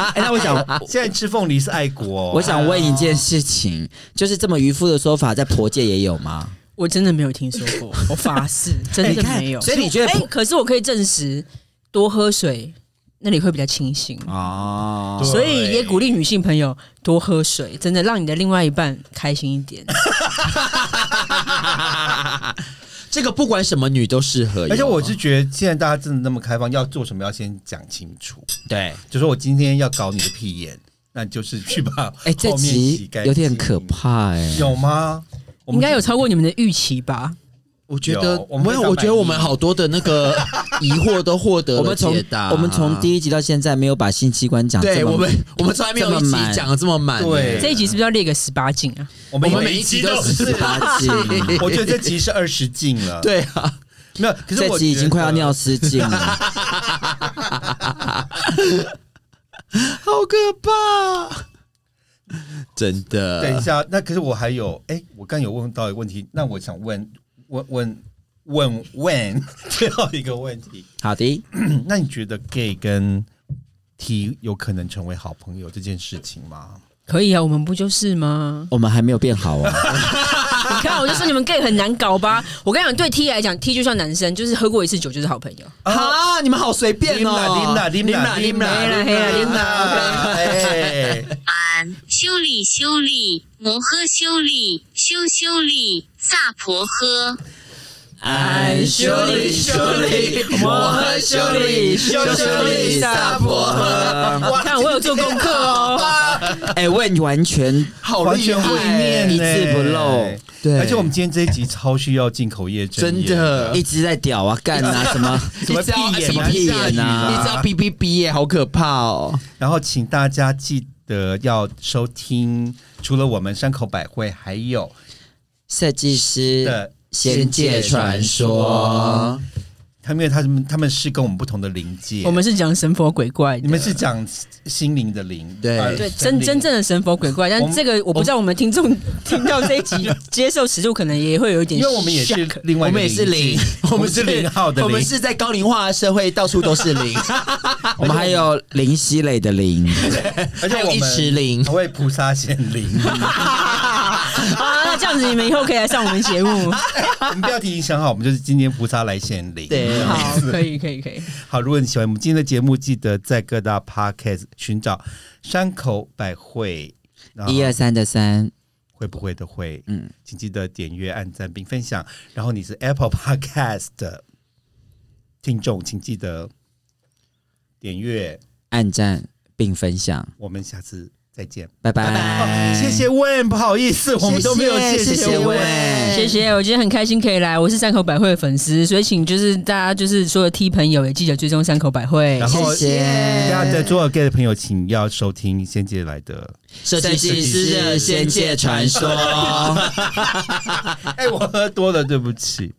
Speaker 3: 哎，那我想，
Speaker 1: 现在吃凤梨是爱国、哦
Speaker 3: 我想问一件事情，就是这么渔夫的说法，在婆界也有吗？
Speaker 4: 我真的没有听说过，我发誓，真的没有。
Speaker 3: 所以你觉得
Speaker 4: 哎、可是我可以证实，多喝水那里会比较清醒，
Speaker 3: 哦
Speaker 1: 对
Speaker 4: 所以也鼓励女性朋友多喝水，真的让你的另外一半开心一点。
Speaker 2: 这个不管什么女都适合啊
Speaker 3: 哦
Speaker 2: 用，
Speaker 1: 而且我是觉得，现在大家真的那么开放，要做什么要先讲清楚。
Speaker 2: 对
Speaker 1: 就说我今天要搞你的屁眼，那就是去把
Speaker 3: 哎，这
Speaker 1: 后面洗
Speaker 3: 集
Speaker 1: 干净
Speaker 3: 有点可，怕哎、
Speaker 1: 有吗？我
Speaker 4: 应
Speaker 1: 们
Speaker 4: 该有超过你们的预期吧？
Speaker 2: 我觉得
Speaker 1: 有我们
Speaker 2: 没有，
Speaker 1: 非常
Speaker 2: 我觉得我们
Speaker 1: 满意
Speaker 2: 好多的 那个疑惑都获得
Speaker 3: 我
Speaker 2: 了
Speaker 3: 们从
Speaker 2: 解答。
Speaker 3: 我们从第一集到现在没有把性器官讲
Speaker 2: 对
Speaker 3: 这么
Speaker 2: 我们 我们从来没有一
Speaker 3: 这
Speaker 2: 集
Speaker 3: 么满
Speaker 2: 讲的这么满，
Speaker 1: 对
Speaker 4: 这一集是不是要列个十八禁啊？
Speaker 1: 我们
Speaker 2: 我们每一集都
Speaker 1: 是
Speaker 3: 八集，
Speaker 1: 我觉得这集是二十禁了，，
Speaker 2: 对啊，
Speaker 1: 没有，可是
Speaker 3: 这
Speaker 1: 我
Speaker 3: 集已
Speaker 1: 觉
Speaker 3: 经快要
Speaker 1: 得
Speaker 3: 尿失禁了。
Speaker 2: 好可怕。真的。
Speaker 1: 等一下，那可是我还有，哎、我刚有问到一个问题，那我想问问问问问 最后一个问题，
Speaker 3: 好的，
Speaker 1: 嗯那你觉得 gay 跟 T 有可能成为好朋友这件事情吗？
Speaker 4: 可以啊，我们不就是 吗？
Speaker 3: 我们还没有变好啊。
Speaker 4: 你看，我就说你们 gay 很难搞吧。我跟你讲，对 T 来讲，T 就像男生，就是喝过一次酒就是好朋友。
Speaker 2: 啊！你们 好随便哦！
Speaker 1: 琳达，
Speaker 2: 琳
Speaker 1: 琳达，
Speaker 2: 达，
Speaker 1: 琳
Speaker 4: 嘿啦
Speaker 1: 达，
Speaker 4: 嘿啦
Speaker 1: 琳达，啊哎，
Speaker 5: 俺修理修理摩诃修理修修理萨婆诃。
Speaker 3: 哎
Speaker 2: 俺修理修理摩诃修理修修理萨婆诃。
Speaker 4: 你看，我有做功课哦。
Speaker 3: 哎、我也完全
Speaker 2: 好
Speaker 1: 完
Speaker 2: 哦厉
Speaker 1: 全会
Speaker 2: 害，
Speaker 1: 念呢，
Speaker 3: 一字不漏对
Speaker 1: 而且我们今天这一集超需要进口业证
Speaker 2: 真
Speaker 1: 言，
Speaker 2: 的。
Speaker 3: 一直在屌啊、干 啊什么。
Speaker 1: 什么
Speaker 2: 一直要
Speaker 1: 闭眼
Speaker 2: 什么
Speaker 1: 啊
Speaker 2: 闭
Speaker 1: 下
Speaker 2: 眼
Speaker 1: 雨
Speaker 2: 啊？
Speaker 1: 啊
Speaker 2: 一直要哔哔哔耶，好可怕哦！
Speaker 1: 然后请大家记得要收听，除了我们山口百惠，还有
Speaker 3: 设计师
Speaker 1: 的
Speaker 3: 《仙界传说》。
Speaker 1: 他们，因为他们他们是跟我们不同的灵界，
Speaker 4: 我们是讲神佛鬼怪的，
Speaker 1: 你们是讲心灵的灵，
Speaker 2: 对
Speaker 1: 呃
Speaker 4: 对
Speaker 1: 神
Speaker 4: 真
Speaker 1: 灵
Speaker 4: 真正的神佛鬼怪，
Speaker 1: 我
Speaker 4: 但
Speaker 1: 们
Speaker 4: 这个我不知道我们听众 听到这一集接受尺度，可能也会有一点
Speaker 1: 因为我们也是
Speaker 4: shock
Speaker 1: 另外
Speaker 2: 我
Speaker 1: 一个
Speaker 2: 们也是
Speaker 1: 灵
Speaker 2: 零
Speaker 1: 界， 我们是零号的
Speaker 2: 我们
Speaker 1: 零，
Speaker 2: 是在高龄化的社会，到处都是 零。
Speaker 3: 我们还有灵犀类 的灵，
Speaker 1: 而且
Speaker 2: 还有
Speaker 1: 我
Speaker 2: 一池
Speaker 1: 们
Speaker 2: 灵
Speaker 1: 还会菩萨显 灵，
Speaker 4: 啊，那这样子你们以后可以来上我们 节目。
Speaker 1: 我们标题已经想好，我们就是今天菩萨来显灵。
Speaker 2: 对
Speaker 4: 好，可以，可以，可以。
Speaker 1: 好，如果你喜欢我们今天的节目，记得在各大 podcast 寻找山口百惠，然后
Speaker 3: 一二三的三，
Speaker 1: 会不会的会，嗯
Speaker 3: 嗯，
Speaker 1: 请记得点阅、按赞并分享。然后你是 Apple Podcast 的听众，请记得点阅。
Speaker 3: 按赞并分享，
Speaker 1: 我们下次再见。
Speaker 3: 拜拜。
Speaker 1: 哦、谢谢问，不好意思，我们都没有谢
Speaker 3: 谢谢
Speaker 1: 问。
Speaker 3: 喂
Speaker 4: 谢谢，我今天很开心可以来，我是山口百惠的粉丝，所以请就是大家就是所有 T 朋友也记得追踪山口百惠
Speaker 1: 然。后，
Speaker 3: 谢谢
Speaker 1: 大家在做 gay 的朋友，请要收听先进来的。
Speaker 3: 设计 师的《仙界传说》。啊
Speaker 1: 哎，我喝多了，对不起。